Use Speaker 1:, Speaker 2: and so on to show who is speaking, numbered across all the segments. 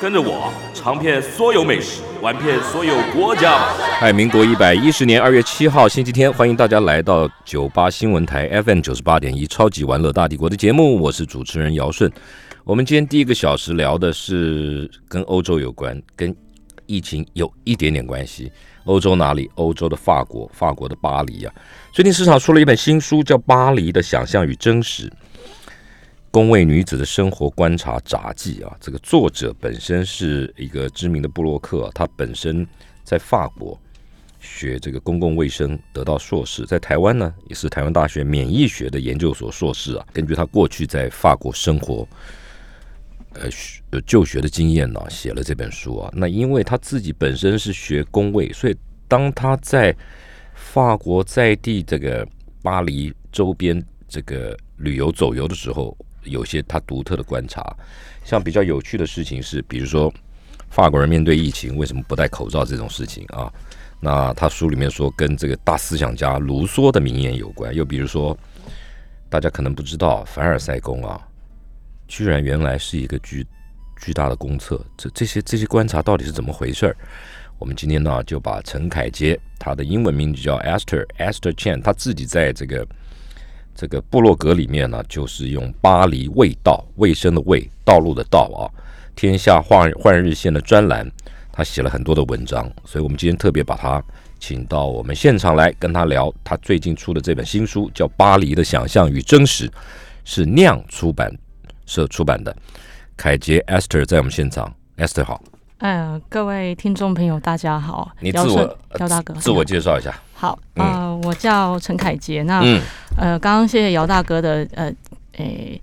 Speaker 1: 跟着我尝遍所有美食，玩遍所有国家吧。
Speaker 2: 嗨，民国一百一十年二月七号星期天，欢迎大家来到九八新闻台 FM 九十八点一《超级玩乐大帝国》的节目，我是主持人姚顺。我们今天第一个小时聊的是跟欧洲有关，跟疫情有一点点关系。欧洲哪里？欧洲的法国，法国的巴黎啊。最近市场出了一本新书，叫《巴黎的想象与真实：宫位女子的生活观察杂记》啊。这个作者本身是一个知名的布洛克、他本身在法国学这个公共卫生，得到硕士，在台湾呢也是台湾大学免疫学的研究所硕士啊。根据他过去在法国生活。呃学呃就学的经验呢、写了这本书啊。那因为他自己本身是学工位，所以当他在法国在地这个巴黎周边这个旅游走游的时候，有些他独特的观察。像比较有趣的事情是，比如说法国人面对疫情为什么不戴口罩这种事情啊。那他书里面说，跟这个大思想家卢梭的名言有关。又比如说，大家可能不知道，凡尔赛宫啊，居然原来是一个巨巨大的公厕，这这些这些观察到底是怎么回事儿？我们今天呢就把陈凯杰，他的英文名字叫 Esther Esther Chen，他自己在这个这个部落格里面呢，就是用巴黎卫道卫生的卫道路的道啊，天下换换日线的专栏，他写了很多的文章，所以我们今天特别把他请到我们现场来跟他聊他最近出的这本新书，叫《巴黎的想象与真实》，是酿出版社出版的。凯杰 Esther 在我们现场，Esther 好，
Speaker 3: 呃，各位听众朋友，大家好，
Speaker 2: 你
Speaker 3: 姚
Speaker 2: 自
Speaker 3: 顺
Speaker 2: 我呃
Speaker 3: 姚大哥，
Speaker 2: 自我介绍一下。
Speaker 3: 好，
Speaker 2: 嗯
Speaker 3: 呃，我叫陈凯杰，那、
Speaker 2: 嗯，
Speaker 3: 呃，刚刚谢谢姚大哥的呃，诶、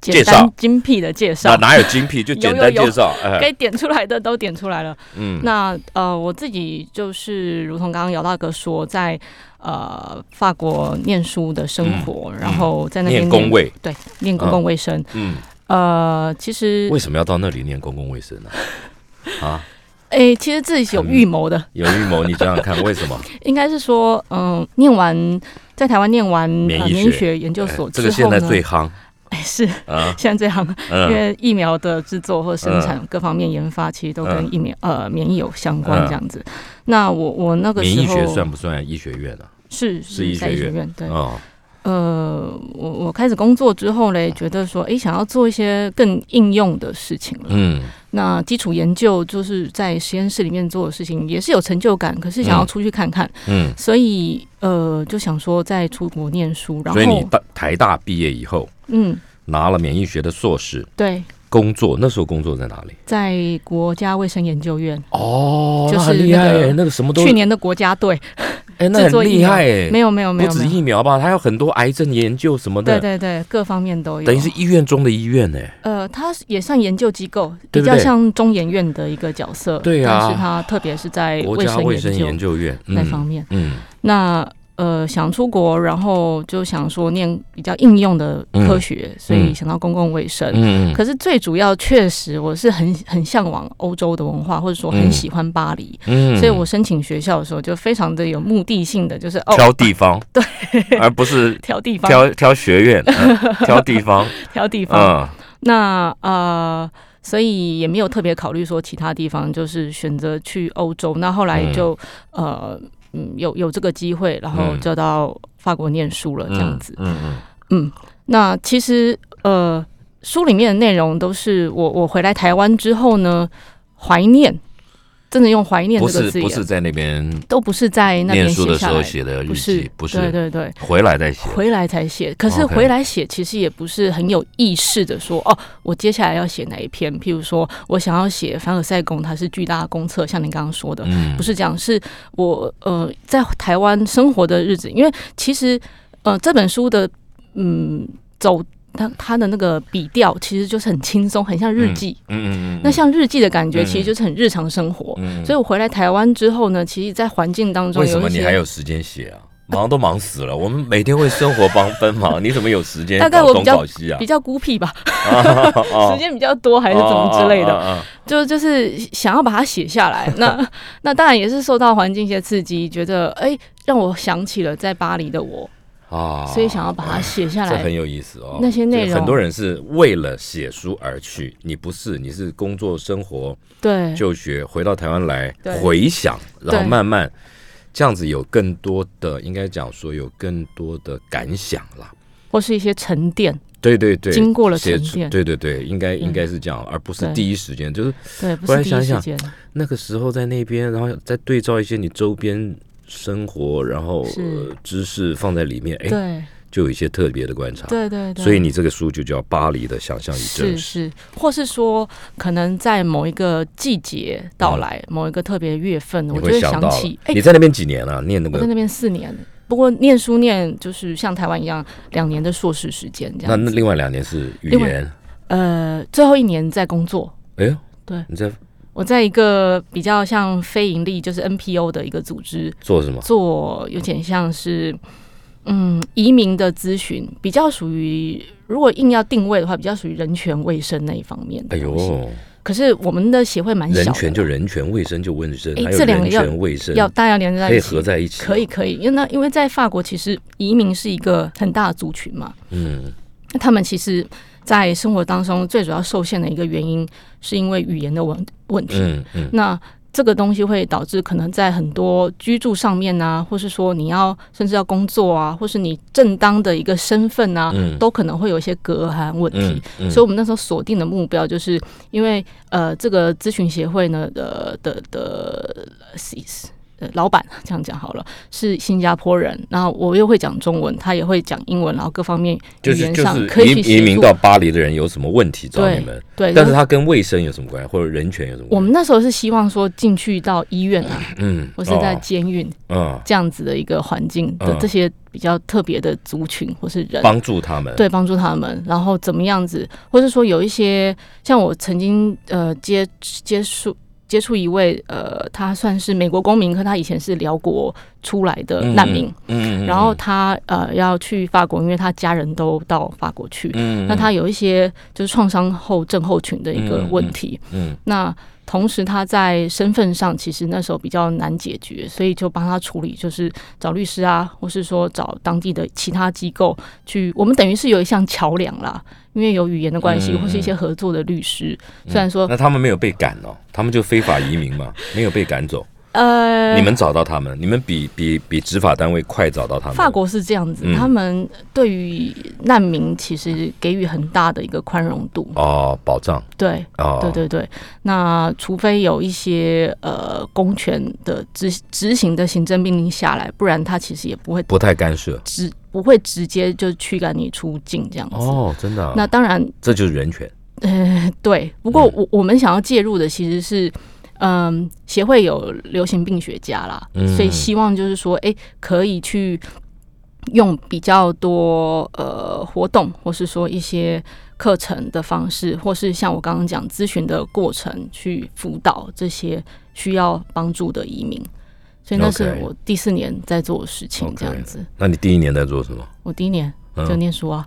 Speaker 2: 介
Speaker 3: 简
Speaker 2: 绍
Speaker 3: 单精辟的介
Speaker 2: 哪
Speaker 3: 绍，
Speaker 2: 哪有精辟，就简单
Speaker 3: 啊 有有有
Speaker 2: 介绍。哎
Speaker 3: 该点出来的都点出来了。
Speaker 2: 嗯，
Speaker 3: 那呃，我自己就是如同刚刚姚大哥说，在呃法国念书的生活，然后在那边
Speaker 2: 嗯念工位，
Speaker 3: 对，念公共卫生。
Speaker 2: 嗯，
Speaker 3: 呃，其实
Speaker 2: 为什么要到那里念公共卫生呢？啊，
Speaker 3: 诶、其实自己是有预谋的，
Speaker 2: 有预谋，你想想看，为 什么？
Speaker 3: 应该是说，嗯、念完在台湾念完
Speaker 2: 免
Speaker 3: 呃、
Speaker 2: 疫学
Speaker 3: 免疫学研究
Speaker 2: 哎
Speaker 3: 所
Speaker 2: 这
Speaker 3: 之后
Speaker 2: 个现
Speaker 3: 呢，
Speaker 2: 在最夯
Speaker 3: 哎是
Speaker 2: 啊，
Speaker 3: 现在这样，因
Speaker 2: 嗯
Speaker 3: 为疫苗的制作或生产各方面研发，其实都
Speaker 2: 嗯
Speaker 3: 跟疫苗、呃免疫有相关
Speaker 2: 嗯
Speaker 3: 这样子。那我我那个
Speaker 2: 免
Speaker 3: 时
Speaker 2: 疫
Speaker 3: 候
Speaker 2: 学算不算医学院啊？
Speaker 3: 是
Speaker 2: 是医
Speaker 3: 在
Speaker 2: 学
Speaker 3: 医学
Speaker 2: 院
Speaker 3: 院对，
Speaker 2: 哦，
Speaker 3: 呃，我我开始工作之后
Speaker 2: 嗯
Speaker 3: 嘞，觉得说，哎，想要做一些更应用的事情了。
Speaker 2: 嗯，
Speaker 3: 那基础研究就是在实验室里面做的事情，也是有成就感，可是想要
Speaker 2: 嗯
Speaker 3: 出去看看，
Speaker 2: 嗯，
Speaker 3: 所以呃，就想说在出国念书，然
Speaker 2: 所以你
Speaker 3: 后
Speaker 2: 大台大毕业以后
Speaker 3: 嗯，
Speaker 2: 拿了免疫学的硕士，
Speaker 3: 对，
Speaker 2: 工作那时候工作在哪里？
Speaker 3: 在国家卫生研究院，
Speaker 2: 哦
Speaker 3: 就
Speaker 2: 那
Speaker 3: 是
Speaker 2: 很厉害
Speaker 3: 那个
Speaker 2: 耶，那个什么都
Speaker 3: 去年的国家队，
Speaker 2: 哎，那
Speaker 3: 制
Speaker 2: 很
Speaker 3: 作疫
Speaker 2: 厉
Speaker 3: 苗
Speaker 2: 害耶，
Speaker 3: 没有没有没
Speaker 2: 不
Speaker 3: 有
Speaker 2: 止
Speaker 3: 没有，
Speaker 2: 疫苗吧，它有很多癌症研究什么
Speaker 3: 对
Speaker 2: 的，
Speaker 3: 对对，各方面都有。
Speaker 2: 等于是医院中的医院呢。
Speaker 3: 呃，它是也算研究机构，
Speaker 2: 对不
Speaker 3: 比较
Speaker 2: 对
Speaker 3: 像中研院的一个角色。
Speaker 2: 对啊
Speaker 3: 但是它特别是在
Speaker 2: 国家卫
Speaker 3: 卫
Speaker 2: 生
Speaker 3: 生
Speaker 2: 研
Speaker 3: 研
Speaker 2: 究
Speaker 3: 究
Speaker 2: 院
Speaker 3: 那方，面。
Speaker 2: 嗯
Speaker 3: 那呃，想出国，然后就想说念比较应用的科学，
Speaker 2: 嗯
Speaker 3: 所以想到公共卫生。
Speaker 2: 嗯嗯
Speaker 3: 可是最主要，确实我是很很向往欧洲的文化，或者说很
Speaker 2: 嗯
Speaker 3: 喜欢巴黎，
Speaker 2: 嗯
Speaker 3: 所以我申请学校的时候就非常的有目的性的，就是哦
Speaker 2: 挑地 方，对，而不是
Speaker 3: 挑地 方，
Speaker 2: 挑挑学院， 嗯挑地方，
Speaker 3: 挑地方。
Speaker 2: 嗯
Speaker 3: 那呃，所以也没有特别考虑说其他地方，就是选择去欧洲。那后来就、呃嗯有有这个机会，然后
Speaker 2: 嗯
Speaker 3: 就到法国念书了，这样子。
Speaker 2: 嗯嗯
Speaker 3: 那其实呃书里面的内容都是我我回来台湾之后呢，怀念，真的用怀
Speaker 2: 嗯，
Speaker 3: 念
Speaker 2: 不
Speaker 3: 这个
Speaker 2: 是
Speaker 3: 字眼，
Speaker 2: 不是在那边
Speaker 3: 都不是在那边
Speaker 2: 念书
Speaker 3: 写
Speaker 2: 的时
Speaker 3: 下
Speaker 2: 候
Speaker 3: 来，
Speaker 2: 写的日
Speaker 3: 不
Speaker 2: 记
Speaker 3: 是，
Speaker 2: 不
Speaker 3: 对
Speaker 2: 是
Speaker 3: 对对。
Speaker 2: 回来再写，
Speaker 3: 回来才写，可是
Speaker 2: OK
Speaker 3: 回来写其实也不是很有意识的说哦，我接下来要写哪一篇？譬如说我想要写凡尔赛宫，它是巨大的公厕，像您刚刚说的，
Speaker 2: 嗯
Speaker 3: 不是这样，是我呃在台湾生活的日子，因为其实呃这本书的嗯走它它的那个笔调其实就是很轻松，很像日记。
Speaker 2: 嗯嗯嗯，
Speaker 3: 那像日记的感觉，其
Speaker 2: 嗯
Speaker 3: 实就是很日常生活。
Speaker 2: 嗯
Speaker 3: 所以我回来台湾之后呢，其实，在环境当中
Speaker 2: 为
Speaker 3: 有
Speaker 2: 什么
Speaker 3: 一
Speaker 2: 你
Speaker 3: 些
Speaker 2: 还有时间写啊？忙都忙死了，我们每天为生活帮奔忙，你怎么有时间
Speaker 3: 大概
Speaker 2: 搞
Speaker 3: 我
Speaker 2: 东
Speaker 3: 比较
Speaker 2: 搞西啊
Speaker 3: 比？较孤僻 吧，时
Speaker 2: 时
Speaker 3: 间比较多还是怎么之类的，
Speaker 2: 的，
Speaker 3: 就就是想要把它写下来。 那那当然也是受到环境一些刺激，觉得哎、让我想起了在巴黎的我，
Speaker 2: 啊
Speaker 3: 所以想要把它写下
Speaker 2: 这
Speaker 3: 来
Speaker 2: 很。有意思哦。
Speaker 3: 那些内容
Speaker 2: 很多人是为了写书而去，你不是，你是工作、生活、
Speaker 3: 对，
Speaker 2: 就学，回到台湾来
Speaker 3: 对
Speaker 2: 回想，然后
Speaker 3: 对
Speaker 2: 慢慢这样子有更多的，应该讲说有更多的感想啦。
Speaker 3: 或是一些沉淀，
Speaker 2: 对对对，
Speaker 3: 经过了
Speaker 2: 写
Speaker 3: 沉
Speaker 2: 出
Speaker 3: 淀
Speaker 2: 对对对，应该
Speaker 3: 嗯
Speaker 2: 应该是这样，而不是
Speaker 3: 对
Speaker 2: 第一时间就是
Speaker 3: 对，不
Speaker 2: 我来
Speaker 3: 是第
Speaker 2: 想
Speaker 3: 一
Speaker 2: 一
Speaker 3: 时
Speaker 2: 想
Speaker 3: 间。
Speaker 2: 那个时候在那边，然后再对照一些你周边生活，然后、
Speaker 3: 是
Speaker 2: 呃、知识放在里面，哎，
Speaker 3: 对
Speaker 2: 就有一些特别的观察。
Speaker 3: 对对对，
Speaker 2: 所以你这个书就叫《巴黎的想象与真
Speaker 3: 是
Speaker 2: 实》。
Speaker 3: 是，或是说，可能在某一个季节到来，某一个特别月份，
Speaker 2: 你
Speaker 3: 我就
Speaker 2: 会
Speaker 3: 会
Speaker 2: 想
Speaker 3: 想
Speaker 2: 到了
Speaker 3: 起，哎、
Speaker 2: 你在那边几年啊？念那
Speaker 3: 我在
Speaker 2: 个
Speaker 3: 那边四年，不过念书念就是像台湾一样两年的硕士时间这
Speaker 2: 那
Speaker 3: 样
Speaker 2: 那
Speaker 3: 子。
Speaker 2: 另外两年是语
Speaker 3: 另外
Speaker 2: 言。
Speaker 3: 呃，最后一年在工作，
Speaker 2: 哎呦，
Speaker 3: 对
Speaker 2: 你在
Speaker 3: 我在一个比较像非盈利，就是 NPO 的一个组织
Speaker 2: 做什么？
Speaker 3: 做，有点像是嗯移民的咨询，比较属于如果硬要定位的话，比较属于人权卫生那一方面
Speaker 2: 哎
Speaker 3: 的东西。
Speaker 2: 呦，
Speaker 3: 可是我们的协会蛮小
Speaker 2: 人
Speaker 3: 的，
Speaker 2: 权就人权，卫生就卫生，
Speaker 3: 哎
Speaker 2: 还有
Speaker 3: 这两
Speaker 2: 人
Speaker 3: 个要
Speaker 2: 权卫生
Speaker 3: 要大家连在
Speaker 2: 可
Speaker 3: 一
Speaker 2: 以
Speaker 3: 起
Speaker 2: 合。在一起。
Speaker 3: 可以，，可以，因为那因为在法国，其实移民是一个很大的族群嘛，
Speaker 2: 嗯，
Speaker 3: 那他们其实，在生活当中最主要受限的一个原因，是因为语言的问问题。
Speaker 2: 嗯嗯，
Speaker 3: 那这个东西会导致可能在很多居住上面啊，或是说你要甚至要工作啊，或是你正当的一个身份啊，
Speaker 2: 嗯
Speaker 3: 都可能会有一些隔阂问题
Speaker 2: 嗯。嗯，
Speaker 3: 所以，我们那时候锁定的目标，就是因为呃，这个咨询协会呢的的的呃老板这样讲好了，是新加坡人，然后我又会讲中文，他也会讲英文，然后各方面
Speaker 2: 就
Speaker 3: 语
Speaker 2: 是
Speaker 3: 言
Speaker 2: 就
Speaker 3: 上
Speaker 2: 是
Speaker 3: 可以去
Speaker 2: 移移
Speaker 3: 协
Speaker 2: 民
Speaker 3: 助。
Speaker 2: 到巴黎的人有什么问题找你们？
Speaker 3: 对，
Speaker 2: 但是
Speaker 3: 然后
Speaker 2: 它跟卫生有什么关系，或者人权有什么
Speaker 3: 我
Speaker 2: 关系？
Speaker 3: 们那时候是希望说进去到医院啊，
Speaker 2: 嗯，
Speaker 3: 或是在监狱
Speaker 2: 哦嗯
Speaker 3: 这样子的一个环境的
Speaker 2: 嗯
Speaker 3: 这些比较特别的族群或是人，
Speaker 2: 帮助他们。
Speaker 3: 对，帮助他们，然后怎么样子，或是说有一些像我曾经呃接接触接触一位呃，他算是美国公民，可他以前是辽国出来的
Speaker 2: 嗯
Speaker 3: 难民，，
Speaker 2: 嗯嗯嗯嗯，
Speaker 3: 然后他呃要去法国，因为他家人都到法国去，
Speaker 2: 嗯，嗯
Speaker 3: 那他有一些就是创伤后症候群的一个问题，
Speaker 2: 嗯
Speaker 3: 那。同时，他在身份上其实那时候比较难解决，所以就帮他处理，就是找律师啊，或是说找当地的其他机构去。我们等于是有一项桥梁啦，因为有语言的关系，
Speaker 2: 嗯
Speaker 3: 或是一些合作的律师。虽然说
Speaker 2: 那，他们没有被赶哦，他们就非法移民 嘛，没有被赶走。
Speaker 3: 呃，
Speaker 2: 你们找到他们，你们比比比执法单位快找到他们。
Speaker 3: 法国是这样子，
Speaker 2: 嗯
Speaker 3: 他们对于难民其实给予很大的一个宽容度。
Speaker 2: 哦，保障
Speaker 3: 对，
Speaker 2: 哦，
Speaker 3: 对对对，那除非有一些呃公权的执执行的行政命令下来，不然他其实也不会
Speaker 2: 不太干涉。
Speaker 3: 直不会直接就驱赶你出境这样子。
Speaker 2: 哦，真的啊、
Speaker 3: 那当然，
Speaker 2: 这就是人权。
Speaker 3: 呃，对。不过
Speaker 2: 嗯
Speaker 3: 我我们想要介入的其实是，嗯，协会有流行病学家啦，
Speaker 2: 嗯
Speaker 3: 所以希望就是说，哎、可以去用比较多呃活动，或是说一些课程的方式，或是像我刚刚讲咨询的过程，去辅导这些需要帮助的移民。所以那是
Speaker 2: OK
Speaker 3: 我第四年在做的事情，这
Speaker 2: OK
Speaker 3: 样子。
Speaker 2: 那你第一年在做什么？
Speaker 3: 我第一年就
Speaker 2: 嗯，
Speaker 3: 念书啊，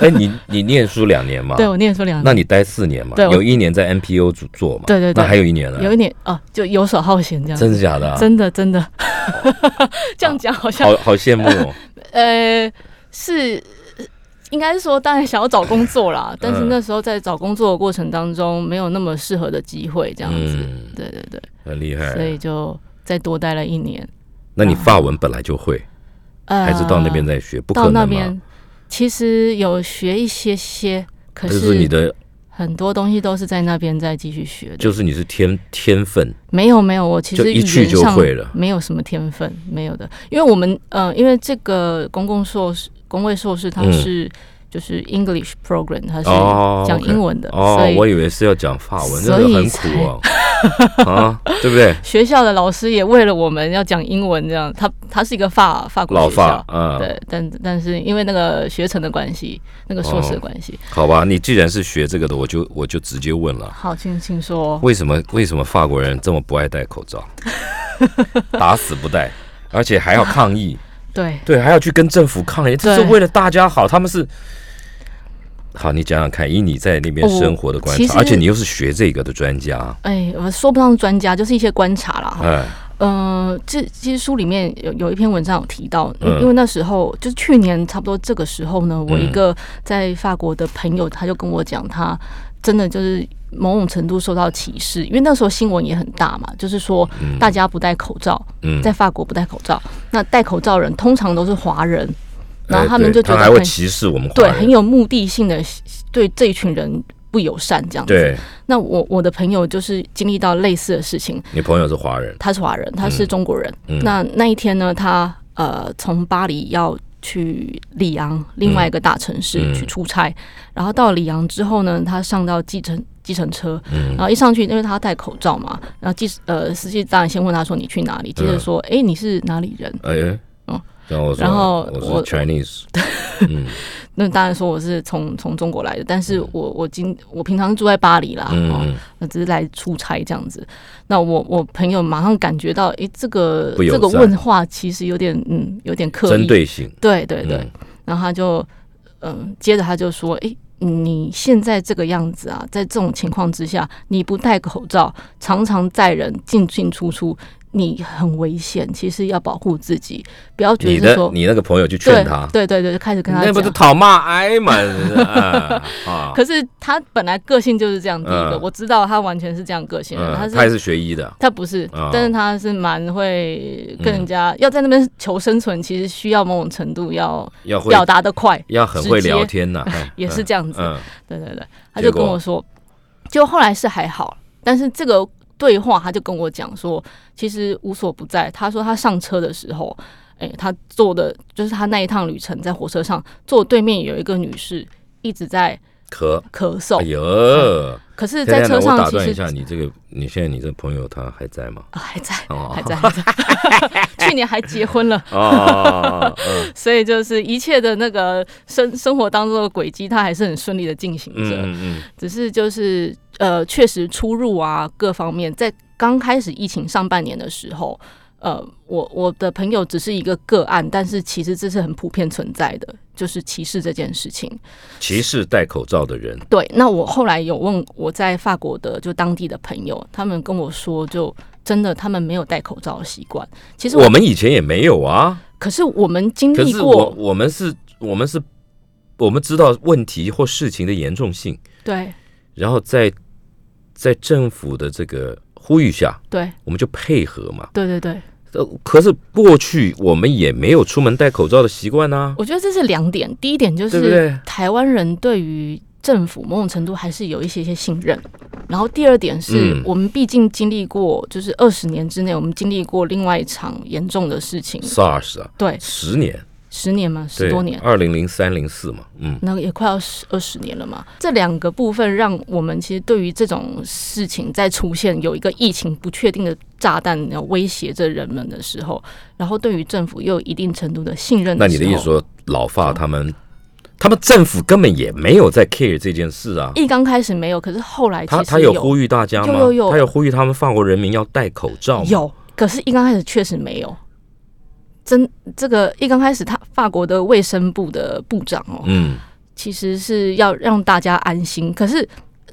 Speaker 2: 哎，你你念书两年嘛？
Speaker 3: 对我念书两
Speaker 2: 那
Speaker 3: 年，
Speaker 2: 你待四年嘛？
Speaker 3: 对我
Speaker 2: 有一年在 NPO 组做嘛？
Speaker 3: 对对对
Speaker 2: 那还有一年呢？啊
Speaker 3: 有一点哦、就游手好闲这样。
Speaker 2: 真的假的、啊？
Speaker 3: 真的 真的，这样讲好像、
Speaker 2: 好好羡慕哦。
Speaker 3: 呃是，应该是说当然想要找工作啦，
Speaker 2: 嗯
Speaker 3: 但是那时候在找工作的过程当中没有那么适合的机会，这样子，
Speaker 2: 嗯，哎
Speaker 3: 对对对，
Speaker 2: 很厉害
Speaker 3: 所。以就再多待了一年，
Speaker 2: 那你法文本来就会，
Speaker 3: 呃，
Speaker 2: 还是到那边再学？不
Speaker 3: 到
Speaker 2: 可
Speaker 3: 那
Speaker 2: 能啊嘛？
Speaker 3: 边其实有学一些些，可
Speaker 2: 就是你
Speaker 3: 是
Speaker 2: 的，
Speaker 3: 很多东西都是在那边再继续学的，
Speaker 2: 就是你是天天分。
Speaker 3: 没有没有，我其
Speaker 2: 就
Speaker 3: 实
Speaker 2: 一
Speaker 3: 语
Speaker 2: 去
Speaker 3: 言
Speaker 2: 就
Speaker 3: 上
Speaker 2: 会了
Speaker 3: 没有什么天分，没有的。因为我们呃，因为这个公共硕士、公卫硕士，它
Speaker 2: 嗯
Speaker 3: 是、就是 English program，它是
Speaker 2: 哦
Speaker 3: 讲
Speaker 2: ，OK
Speaker 3: 英文的，
Speaker 2: 哦
Speaker 3: 所以，
Speaker 2: 我以为是要讲法文，那
Speaker 3: 所以
Speaker 2: 个很苦
Speaker 3: 才
Speaker 2: 哦。啊，对不对？
Speaker 3: 学校的老师也为了我们要讲英文，这样，他他是一个法法国
Speaker 2: 老
Speaker 3: 学校，
Speaker 2: 发啊，
Speaker 3: 对，但但是因为那个学程的关系，那个硕士
Speaker 2: 哦
Speaker 3: 的关系，
Speaker 2: 好吧，你既然是学这个的，我就我就直接问了。
Speaker 3: 好，请请说。
Speaker 2: 为什么为什么法国人这么不爱戴口 罩？打死不戴，而且还要抗 议，
Speaker 3: 对，
Speaker 2: 对，还要去跟政府抗议，这是
Speaker 3: 对
Speaker 2: 为了大家好，他们是。好，你想想看，以你在那边
Speaker 3: 哦
Speaker 2: 生活的观
Speaker 3: 其
Speaker 2: 察，
Speaker 3: 实
Speaker 2: 而且你又是学这个的专家，
Speaker 3: 哎，我说不上专家，就是一些观察啦。哈
Speaker 2: 哎，
Speaker 3: 呃，这其实书里面有有一篇文章有提到，
Speaker 2: 嗯
Speaker 3: 因为那时候就是去年差不多这个时候呢，我
Speaker 2: 嗯
Speaker 3: 一个在法国的朋友，他就跟我讲，他真的就是某种程度受到歧视，因为那时候新闻也很大嘛，就是说大家不戴口罩，
Speaker 2: 嗯，
Speaker 3: 在法国不戴口罩，那戴口罩人通常都是华人，然后
Speaker 2: 哎
Speaker 3: 他们
Speaker 2: 对
Speaker 3: 就觉得
Speaker 2: 还会
Speaker 3: 很
Speaker 2: 歧视我们华
Speaker 3: 对，
Speaker 2: 人，
Speaker 3: 很有目的性的对这一群人不友善这样子。
Speaker 2: 对，
Speaker 3: 那我我的朋友就是经历到类似的事情，
Speaker 2: 你朋友是华人，
Speaker 3: 他是华人，他是中国人。
Speaker 2: 嗯
Speaker 3: 那那一天呢，他呃从巴黎要去里昂另外一个大城市
Speaker 2: 嗯
Speaker 3: 去出差，然后到里昂之后呢，他上到计程计程车，
Speaker 2: 嗯
Speaker 3: 然后一上去，因为他戴口罩嘛，然后计呃司机当然先问他说你去
Speaker 2: 嗯
Speaker 3: 哪里，接着说诶，你是哪里人？
Speaker 2: 哎，
Speaker 3: 嗯
Speaker 2: 然后我说
Speaker 3: 然后
Speaker 2: 我
Speaker 3: 我
Speaker 2: 是 Chinese，嗯
Speaker 3: 那当然说我是从从中国来的，但是我我今我平常是住在巴黎啦，
Speaker 2: 嗯
Speaker 3: 哦，
Speaker 2: 嗯，
Speaker 3: 那只是来出差这样子。那我我朋友马上感觉到，诶，这个
Speaker 2: 不友
Speaker 3: 这
Speaker 2: 善
Speaker 3: 个问话其实有点嗯有点刻意，
Speaker 2: 针对性，
Speaker 3: 对对对。
Speaker 2: 嗯
Speaker 3: 然后他就嗯，接着他就说，诶，你现在这个样子啊，在这种情况之下，你不戴口罩，常常载人进进出出，你很危险。其实要保护自己，不要觉
Speaker 2: 你
Speaker 3: 得
Speaker 2: 的
Speaker 3: 说。
Speaker 2: 你那个朋友去
Speaker 3: 对
Speaker 2: 劝他，
Speaker 3: 对对对，就开始跟他
Speaker 2: 那
Speaker 3: 讲，
Speaker 2: 不是讨骂挨嘛？啊啊，
Speaker 3: 可是他本来个性就是这样，第一个、
Speaker 2: 嗯
Speaker 3: 我知道他完全是这样个性的，
Speaker 2: 嗯，
Speaker 3: 他
Speaker 2: 他也
Speaker 3: 是。
Speaker 2: 是学医的，
Speaker 3: 他不是
Speaker 2: 哦，
Speaker 3: 但是他是蛮会跟人家、
Speaker 2: 嗯
Speaker 3: 要在那边求生存，其实需要某种程度要
Speaker 2: 要啊会
Speaker 3: 表达的快，
Speaker 2: 要很会聊天呐，哎
Speaker 3: 也是这样子。
Speaker 2: 嗯，
Speaker 3: 对对对，他
Speaker 2: 结
Speaker 3: 就
Speaker 2: 果
Speaker 3: 跟我说，就后来是还好，但是这个对话他就跟我讲说，其实无所不在。他说他上车的时候，哎、他坐的就是他那一趟旅程在火车上坐对面有一个女士一直在
Speaker 2: 咳，
Speaker 3: 咳嗽，
Speaker 2: 哎呦，
Speaker 3: 可是，
Speaker 2: 等
Speaker 3: 在
Speaker 2: 一下
Speaker 3: 车
Speaker 2: 我
Speaker 3: 上
Speaker 2: 打
Speaker 3: 其
Speaker 2: 断一
Speaker 3: 实
Speaker 2: 下，你这个你现在你这个朋友他还在吗？
Speaker 3: 啊，还在，
Speaker 2: 哦
Speaker 3: 还在，还在。 去年还结婚了，
Speaker 2: 啊，嗯
Speaker 3: 所以就是一切的那个生生活当中的轨迹，它还是很顺利的进行着。
Speaker 2: 嗯嗯
Speaker 3: 只是就是呃，确实出入啊各方面，在刚开始疫情上半年的时候。呃，我我的朋友只是一个个案，但是其实这是很普遍存在的，就是歧视这件事情。
Speaker 2: 嗯，歧视戴口罩的人，
Speaker 3: 对，那我后来有问我在法国的就当地的朋友，他们跟我说，就真的他们没有戴口罩的习惯。其实我
Speaker 2: 我们以前也没有啊，
Speaker 3: 可是我们经
Speaker 2: 可
Speaker 3: 历
Speaker 2: 是我
Speaker 3: 过，
Speaker 2: 我们是，我们是，我们知道问题或事情的严重性，
Speaker 3: 对
Speaker 2: 然后在在政府的这个呼吁下，
Speaker 3: 对
Speaker 2: 我们就配合嘛。
Speaker 3: 对对对，
Speaker 2: 呃，可是过去我们也没有出门戴口罩的习惯啊，
Speaker 3: 我觉得这是两点。第一点就
Speaker 2: 对不
Speaker 3: 是
Speaker 2: 对？
Speaker 3: 台湾人对于政府某种程度还是有一些些信任，然后第二点是
Speaker 2: 嗯
Speaker 3: 我们毕竟经历过，就是二十年之内我们经历过另外一场严重的事情，
Speaker 2: SARS 啊，
Speaker 3: 对，
Speaker 2: 十年，
Speaker 3: 十年嘛，
Speaker 2: 对
Speaker 3: 十多年，
Speaker 2: 二零零三零四嘛，嗯，
Speaker 3: 那也快要十二十年了嘛。这两个部分让我们其实对于这种事情再出现有一个疫情不确定的炸弹要威胁着人们的时候，然后对于政府又有一定程度的信任
Speaker 2: 那
Speaker 3: 时
Speaker 2: 你
Speaker 3: 候
Speaker 2: 的意思，说老发他们，他们政府根本也没有在 care 这件事啊？
Speaker 3: 一刚开始没有，可是后来其实
Speaker 2: 他他有呼吁大家吗？
Speaker 3: 有有有
Speaker 2: 他有呼吁他们法国人民要戴口罩吗？
Speaker 3: 有，可是一刚开始确实没有。真这个一刚开始他法国的卫生部的部长哦，
Speaker 2: 嗯，
Speaker 3: 其实是要让大家安心，可是。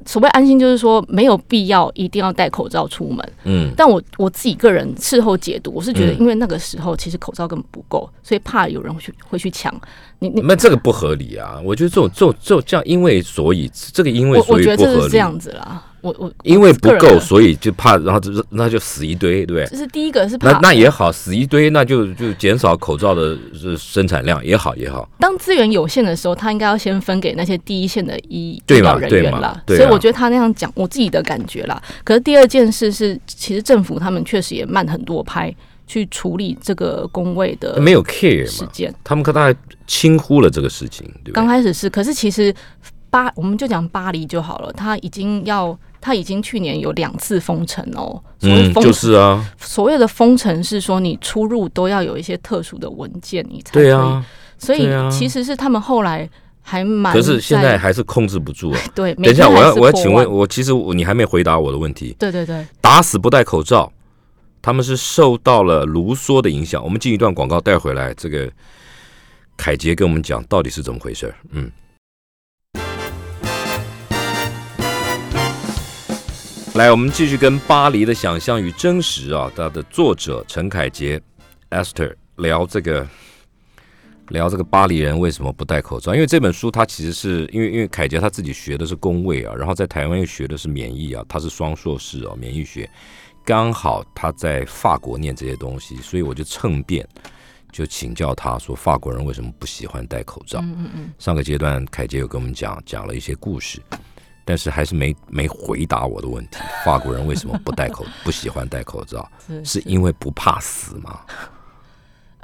Speaker 3: 所谓安心，就是说没有必要一定要戴口罩出门。
Speaker 2: 嗯
Speaker 3: 但我我自己个人事后解读，我是觉得，
Speaker 2: 嗯
Speaker 3: 因为那个时候其实口罩根本不够，所以怕有人会去会去抢。你你
Speaker 2: 那这个不合理啊！我觉得这种、这种、这种这样，因为所以这个因为
Speaker 3: 我我
Speaker 2: 所以
Speaker 3: 觉得
Speaker 2: 不合
Speaker 3: 这是这
Speaker 2: 理，
Speaker 3: 样子啦。我我
Speaker 2: 因为不
Speaker 3: 个人
Speaker 2: 够，
Speaker 3: 的
Speaker 2: 所以就怕，然后就那就死一堆，对不对？
Speaker 3: 就是第一个是
Speaker 2: 那
Speaker 3: 怕，
Speaker 2: 那也好，死一堆，那就就减少口罩的呃生产量也好也好，
Speaker 3: 当资源有限的时候，他应该要先分给那些第一线的医
Speaker 2: 对
Speaker 3: 医
Speaker 2: 嘛
Speaker 3: 疗人员
Speaker 2: 对
Speaker 3: 啦
Speaker 2: 嘛。对啊
Speaker 3: 所以我觉得他那样讲，我自己的感觉啦。可是第二件事是，其实政府他们确实也慢很多拍去处理这个工位的
Speaker 2: 没有 care
Speaker 3: 事
Speaker 2: 嘛。
Speaker 3: 件。
Speaker 2: 他们可大概轻忽了这个事情，对不
Speaker 3: 刚
Speaker 2: 对？
Speaker 3: 开始是，可是其实巴我们就讲巴黎就好了，他已经要它已经去年有两次封城哦。所谓
Speaker 2: 嗯，
Speaker 3: 封、
Speaker 2: 就是啊，
Speaker 3: 所谓的封城是说你出入都要有一些特殊的文件，你才可以。
Speaker 2: 对啊，
Speaker 3: 所以
Speaker 2: 对啊
Speaker 3: 其实是他们后来还蛮
Speaker 2: 可是现在
Speaker 3: 在
Speaker 2: 还是控制不住啊。
Speaker 3: 对，
Speaker 2: 等一下，
Speaker 3: 每天
Speaker 2: 我
Speaker 3: 还
Speaker 2: 要
Speaker 3: 是
Speaker 2: 我要
Speaker 3: 破
Speaker 2: 请
Speaker 3: 万
Speaker 2: 问，我其实我你还没回答我的问题。
Speaker 3: 对对对，
Speaker 2: 打死不戴口罩，他们是受到了卢梭的影响。我们进一段广告带回来，这个凯杰跟我们讲到底是怎么回事儿。嗯，来，我们继续跟《巴黎的想象与真实》啊，它的作者陈凯杰 Esther 聊这个。聊这个巴黎人为什么不戴口罩？因为这本书他其实是因为因为凯杰他自己学的是工位啊，然后在台湾又学的是免疫啊，他是双硕士啊，免疫学，刚好他在法国念这些东西，所以我就蹭便就请教他说法国人为什么不喜欢戴口罩。
Speaker 3: 嗯嗯嗯，
Speaker 2: 上个阶段凯杰有跟我们讲讲了一些故事，但是还是没没回答我的问题。法国人为什么不戴口 不喜欢戴口罩？
Speaker 3: 是
Speaker 2: 是因为不怕死吗？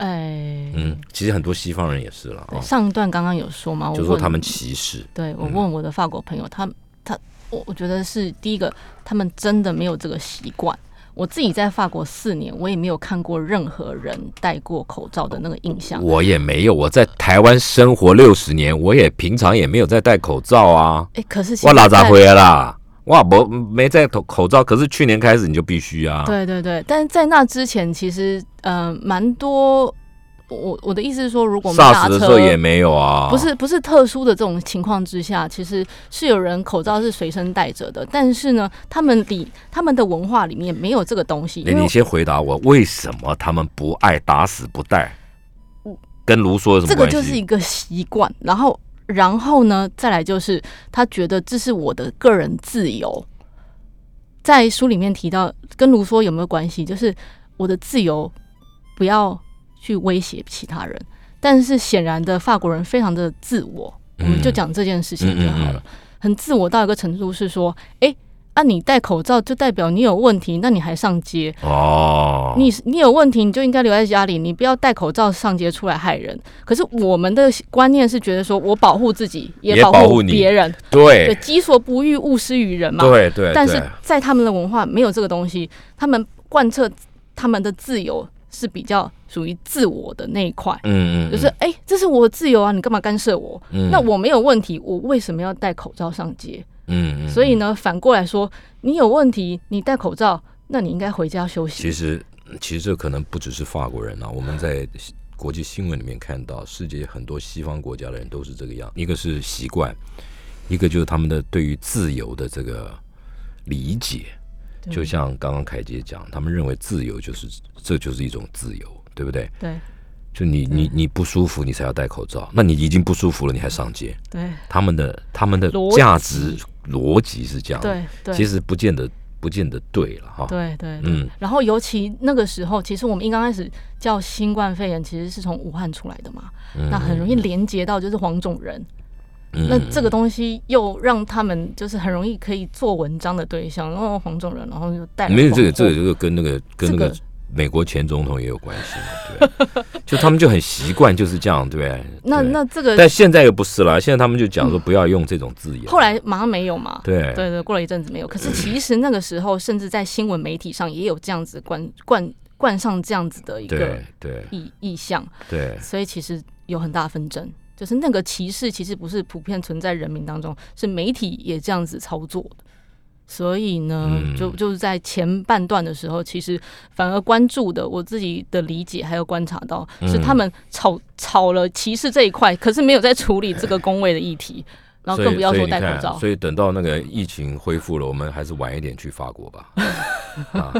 Speaker 3: 哎，
Speaker 2: 嗯，其实很多西方人也是了啊、
Speaker 3: 对上一段刚刚有说嘛，我
Speaker 2: 就说
Speaker 3: 问
Speaker 2: 他们歧视。
Speaker 3: 对我
Speaker 2: 嗯
Speaker 3: 问我的法国朋友，他他我我觉得是第一个，他们真的没有这个习惯。我自己在法国四年，我也没有看过任何人戴过口罩的那个印象。
Speaker 2: 我也没有，我在台湾生活六十年，我也平常也没有在戴口罩啊。
Speaker 3: 哎，可是
Speaker 2: 我
Speaker 3: 现
Speaker 2: 哪咋
Speaker 3: 在
Speaker 2: 回来啦？哇，没没戴口口罩，可是去年开始你就必须啊。，
Speaker 3: 对对对，但是在那之前，其实呃，蛮多。我我的意思是说，如果我们搭
Speaker 2: SARS
Speaker 3: 车
Speaker 2: 的时候也没有啊。
Speaker 3: 不，是不是特殊的这种情况之下，其实是有人口罩是随身带着的，但是呢，他们里他们的文化里面没有这个东西，
Speaker 2: 你
Speaker 3: 因为
Speaker 2: 你先回答我，为什么他们不爱打死不戴？跟卢梭有什么
Speaker 3: 嗯这个
Speaker 2: 关系？
Speaker 3: 就是一个习惯。然后然后呢，再来就是他觉得这是我的个人自由。在书里面提到，跟卢梭有没有关系？就是我的自由不要去威胁其他人。但是显然的，法国人非常的自我，我们就讲这件事情就好
Speaker 2: 嗯
Speaker 3: 了。
Speaker 2: 嗯嗯嗯
Speaker 3: 很自我到一个程度是说，哎、啊，你戴口罩就代表你有问题，那你还上街？
Speaker 2: 哦，
Speaker 3: 你你有问题，你就应该留在家里，你不要戴口罩上街出来害人。可是我们的观念是觉得说，我保护自己，
Speaker 2: 也保
Speaker 3: 保
Speaker 2: 护
Speaker 3: 护
Speaker 2: 你
Speaker 3: 别人，对，
Speaker 2: 对
Speaker 3: 己所不欲，勿施于人嘛。
Speaker 2: 对对，
Speaker 3: 但
Speaker 2: 对
Speaker 3: 是在他们的文化没有这个东西，他们贯彻他们的自由是比较属于自我的那一块，
Speaker 2: 嗯嗯，
Speaker 3: 就是哎、诶这是我的自由啊，你干嘛干涉我？
Speaker 2: 嗯
Speaker 3: 那我没有问题，我为什么要戴口罩上街？
Speaker 2: 嗯嗯，
Speaker 3: 所以呢，反过来说，你有问题，你戴口罩，那你应该回家休息。
Speaker 2: 其实，其实这可能不只是法国人啊，我们在西国际新闻里面看到，世界很多西方国家的人都是这个样，一个是习惯，一个就是他们的对于自由的这个理解。
Speaker 3: 嗯
Speaker 2: 就像刚刚凯杰讲，他们认为自由就是这就是一种自由，对不对？
Speaker 3: 对
Speaker 2: 就你
Speaker 3: 嗯
Speaker 2: 你你不舒服，你才要戴口罩，那你已经不舒服了，你还上街，
Speaker 3: 对
Speaker 2: 他们的他们的
Speaker 3: 逻辑
Speaker 2: 价值逻辑是这样的，
Speaker 3: 对对，
Speaker 2: 其实不见得不见得对了哈。
Speaker 3: 对对对。
Speaker 2: 嗯，
Speaker 3: 然后，尤其那个时候，其实我们一刚开始叫新冠肺炎，其实是从武汉出来的嘛，
Speaker 2: 嗯
Speaker 3: 那很容易连接到就是黄种人。那这个
Speaker 2: 嗯
Speaker 3: 东西又让他们就是很容易可以做文章的对象，然后黄种人，然后就带来
Speaker 2: 没有这个，
Speaker 3: 黄
Speaker 2: 这个
Speaker 3: 祸
Speaker 2: 这个跟那个跟那
Speaker 3: 这
Speaker 2: 个
Speaker 3: 个
Speaker 2: 美国前总统也有关系嘛，对吧， 就他们就很习惯就是这样，对不对。
Speaker 3: 那
Speaker 2: 对
Speaker 3: 那这个
Speaker 2: 但现在又不是了，现在他们就讲说不要用这种字眼。
Speaker 3: 后来马上没有嘛？
Speaker 2: 对嗯
Speaker 3: 对对，过了一阵子没有。可是其实那个时候，甚至在新闻媒体上也有这样子冠冠冠上这样子的一个
Speaker 2: 对对
Speaker 3: 意意向，
Speaker 2: 对，
Speaker 3: 所以其实有很大纷争。就是那个歧视其实不是普遍存在人民当中，是媒体也这样子操作的。所以呢，
Speaker 2: 嗯
Speaker 3: 就就是在前半段的时候，其实反而关注的，我自己的理解还有观察到，
Speaker 2: 嗯
Speaker 3: 是他们吵吵了歧视这一块，可是没有在处理这个工位的议题，然后
Speaker 2: 所以
Speaker 3: 更不要
Speaker 2: 所以
Speaker 3: 说
Speaker 2: 你
Speaker 3: 戴
Speaker 2: 看啊
Speaker 3: 口罩。
Speaker 2: 所以等到那个疫情恢复了，我们还是晚一点去法国 吧，啊，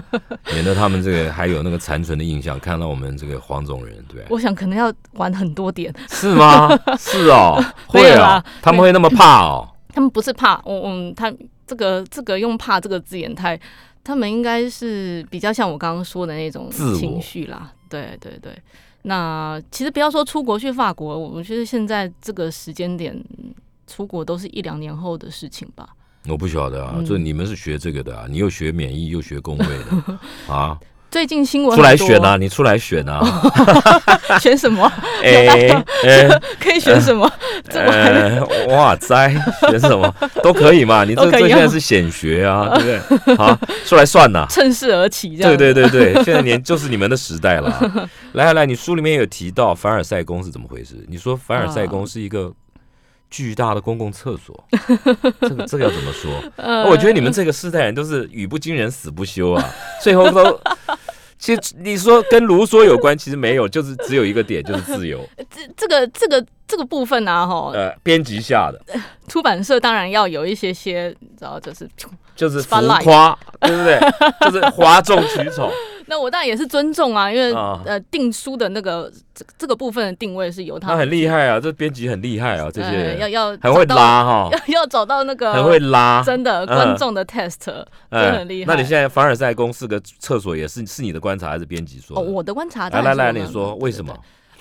Speaker 2: 免得他们这个还有那个残存的印象，看到我们这个黄种人，对不对，
Speaker 3: 我想可能要玩很多点，
Speaker 2: 是 吗？ 是哦，
Speaker 3: 没
Speaker 2: 会
Speaker 3: 有
Speaker 2: 哦
Speaker 3: 啦，
Speaker 2: 他们会那么怕哦。
Speaker 3: 他们不是怕，我、嗯，他这个这个用怕这个字眼太，他们应该是比较像我刚刚说的那种
Speaker 2: 自我
Speaker 3: 情绪啦，对对对。那其实不要说出国去法国，我我觉得现在这个时间点嗯出国都是一两年后的事情吧。
Speaker 2: 我不晓得啊，
Speaker 3: 嗯
Speaker 2: 就你们是学这个的啊，你又学免疫又学工位的啊，
Speaker 3: 最近新闻
Speaker 2: 出来
Speaker 3: 很多
Speaker 2: 选啊，，你出来选啊，
Speaker 3: 选什么？
Speaker 2: 哎哎
Speaker 3: 可以选什么？ 这我还没
Speaker 2: 呃，哇塞，选什么都可以嘛，你这
Speaker 3: 都可以
Speaker 2: 这
Speaker 3: 啊
Speaker 2: 现在是显学啊，对不 对？好，说来算呐。
Speaker 3: 趁势而起，这样
Speaker 2: 对对对对，现在年就是你们的时代了啊。 来来，你书里面有提到凡尔赛宫是怎么回事？你说凡尔赛宫是一个巨大的公共厕所，这 个这个要怎么说？
Speaker 3: 呃
Speaker 2: 我觉得你们这个世代人都是语不惊人死不休啊，最后都。其实你说跟卢梭有关，其实没有，就是只有一个点，就是自 由。
Speaker 3: 这这个这个这个部分啊，哈，
Speaker 2: 呃，编辑下的
Speaker 3: 出版社当然要有一些些，你知道，就是
Speaker 2: 就是浮
Speaker 3: Spotlight
Speaker 2: 夸，对不对？就是哗众取宠。
Speaker 3: 那我当然也是尊重啊，因为、
Speaker 2: 啊
Speaker 3: 呃，定书的那个这这个部分的定位是由他
Speaker 2: 那
Speaker 3: 们
Speaker 2: 很厉害啊，这编辑很厉害啊，这些
Speaker 3: 呃、要
Speaker 2: 人
Speaker 3: 要
Speaker 2: 很会
Speaker 3: 找到，
Speaker 2: 拉哈，
Speaker 3: 要要找到那个
Speaker 2: 很会拉。
Speaker 3: 真的
Speaker 2: 嗯哎
Speaker 3: 观众的 test，、真的很厉害
Speaker 2: 那你现在凡尔赛宫四个厕所也是是你的观察还是编辑说
Speaker 3: 哦，
Speaker 2: 的？
Speaker 3: 我的观
Speaker 2: 来
Speaker 3: 察当
Speaker 2: 来
Speaker 3: 然是
Speaker 2: 来，
Speaker 3: 这样
Speaker 2: 你说为什么？？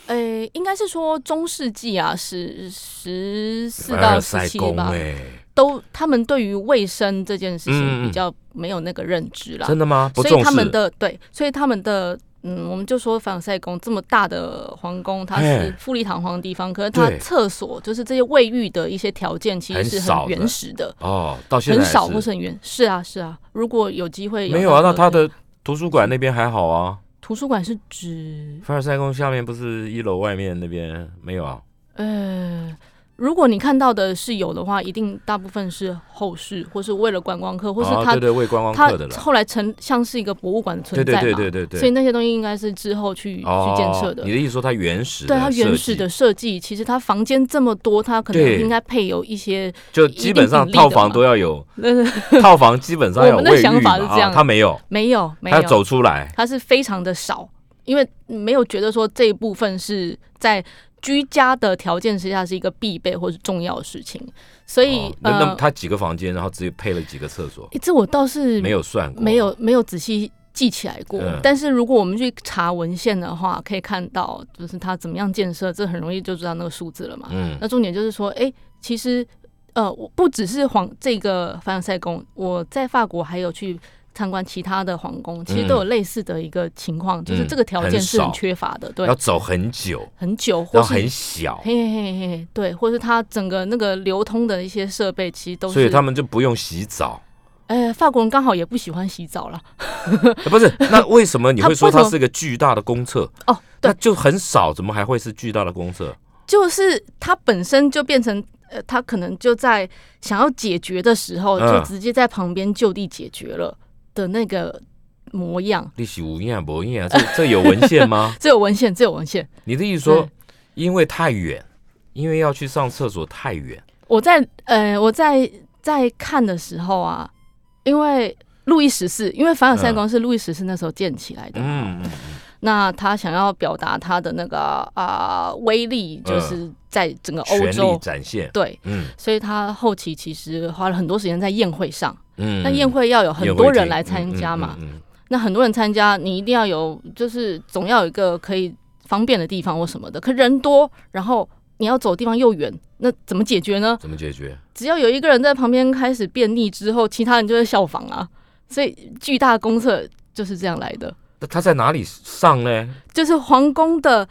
Speaker 3: 呃，诶应该是说中世纪啊，十十四
Speaker 2: 凡
Speaker 3: 到
Speaker 2: 尔
Speaker 3: 十
Speaker 2: 赛
Speaker 3: 七
Speaker 2: 宫
Speaker 3: 吧，
Speaker 2: 哎，
Speaker 3: 都他们对于卫生这件事
Speaker 2: 嗯嗯
Speaker 3: 情比较没有那个认知啦，
Speaker 2: 真的吗？不
Speaker 3: 所以
Speaker 2: 重
Speaker 3: 他们
Speaker 2: 视。
Speaker 3: 的对，所以他们的嗯，我们就说凡尔赛宫这么大的皇宫，它
Speaker 2: 嘿
Speaker 3: 是富丽堂皇的地方，可是它
Speaker 2: 哎对
Speaker 3: 厕所就是这些卫浴的一些条件其实是
Speaker 2: 很少
Speaker 3: 很
Speaker 2: 的
Speaker 3: 原始的，
Speaker 2: 哦，到现在
Speaker 3: 很
Speaker 2: 还
Speaker 3: 少
Speaker 2: 是
Speaker 3: 或是很原是啊是啊，如果有机会
Speaker 2: 没有啊？那他
Speaker 3: 它
Speaker 2: 的图书馆那边还好啊，
Speaker 3: 图书馆是指
Speaker 2: 凡尔赛宫下面不是一楼外面那边没有啊？
Speaker 3: 呃。如果你看到的是有的话，一定大部分是后世，或是为了观光客，或是
Speaker 2: 哦
Speaker 3: 它
Speaker 2: 对对为观光
Speaker 3: 它
Speaker 2: 客的了，
Speaker 3: 后来成像是一个博物馆的存
Speaker 2: 对
Speaker 3: 在
Speaker 2: 对
Speaker 3: 嘛，
Speaker 2: 对对对对，
Speaker 3: 所以那些东西应该是之后去、
Speaker 2: 哦，
Speaker 3: 去建设的
Speaker 2: 你。的意思说它原始的
Speaker 3: 对它原
Speaker 2: 设
Speaker 3: 始
Speaker 2: 计
Speaker 3: 的设计，其实它房间这么多，它可能
Speaker 2: 对
Speaker 3: 应该配有一些，
Speaker 2: 就基本上
Speaker 3: 一定比例
Speaker 2: 套
Speaker 3: 的
Speaker 2: 房
Speaker 3: 嘛
Speaker 2: 都要有，
Speaker 3: 但是
Speaker 2: 套房基本上要有
Speaker 3: 我们的
Speaker 2: 卫
Speaker 3: 想
Speaker 2: 浴嘛
Speaker 3: 法是这
Speaker 2: 啊，
Speaker 3: 样
Speaker 2: 他没有，
Speaker 3: 没有没
Speaker 2: 他
Speaker 3: 有，
Speaker 2: 走出来，
Speaker 3: 它是非常的少，因为没有觉得说这一部分是在居家的条件之下是一个必备或是重要的事情，所以、
Speaker 2: 哦那那
Speaker 3: 呃，
Speaker 2: 他几个房间，然后只有配了几个厕所，
Speaker 3: 诶这我倒是
Speaker 2: 没有算过，
Speaker 3: 嗯没有没有仔细记起来过，
Speaker 2: 嗯
Speaker 3: 但是如果我们去查文献的话，可以看到就是它怎么样建设，这很容易就知道那个数字了嘛。
Speaker 2: 嗯，
Speaker 3: 那重点就是说，哎、其实呃，我不只是皇这个凡尔赛宫，我在法国还有去参观其他的皇宫，其实
Speaker 2: 嗯
Speaker 3: 都有类似的一个情况，就是这个条件是很缺乏的，对
Speaker 2: 要，走很久，
Speaker 3: 很久或
Speaker 2: 然后
Speaker 3: 是
Speaker 2: 很小，
Speaker 3: 嘿嘿嘿嘿，对，或是它整个那个流通的一些设备，其实都是。
Speaker 2: 所以他们就不用洗澡。
Speaker 3: 呃，法国人刚好也不喜欢洗澡了。
Speaker 2: 呃不是，那为什么你会说
Speaker 3: 他
Speaker 2: 它
Speaker 3: 为什么
Speaker 2: 是一个巨大的公厕？
Speaker 3: 哦，
Speaker 2: 那
Speaker 3: 对，
Speaker 2: 就很少，怎么还会是巨大的公厕？
Speaker 3: 就是它本身就变成。呃，他可能就在想要解决的时候，
Speaker 2: 嗯
Speaker 3: 就直接在旁边就地解决了的那个模样。
Speaker 2: 历史无印啊，无印啊，这这有文献
Speaker 3: ？
Speaker 2: 吗
Speaker 3: 只有文献，只有文献。
Speaker 2: 你的意思说
Speaker 3: 对，
Speaker 2: 因为太远，因为要去上厕所太远，
Speaker 3: 我在呃，我在在看的时候啊，因为路易十四，因为凡尔赛宫是路易十四那时候建起来的，
Speaker 2: 嗯，嗯
Speaker 3: 那他想要表达他的那个啊、威力，就是在整个欧
Speaker 2: 全嗯力
Speaker 3: 洲，
Speaker 2: 展现，
Speaker 3: 对，
Speaker 2: 嗯
Speaker 3: 所以他后期其实花了很多时间在宴会上。
Speaker 2: 嗯
Speaker 3: 那宴会要有很
Speaker 2: 宴会
Speaker 3: 多人
Speaker 2: 厅
Speaker 3: 来参加嘛，
Speaker 2: 嗯嗯嗯嗯
Speaker 3: 那很多人参加，你一定要有，就是总要有一个可以方便的地方或什么的。可人多，然后你要走的地方又远，那怎么解决呢？
Speaker 2: 怎么解决？
Speaker 3: 只要有一个人在旁边开始便溺之后，其他人就会效仿啊。所以巨大公厕就是这样来的，
Speaker 2: 那他在哪里上呢？
Speaker 3: 就是皇宫的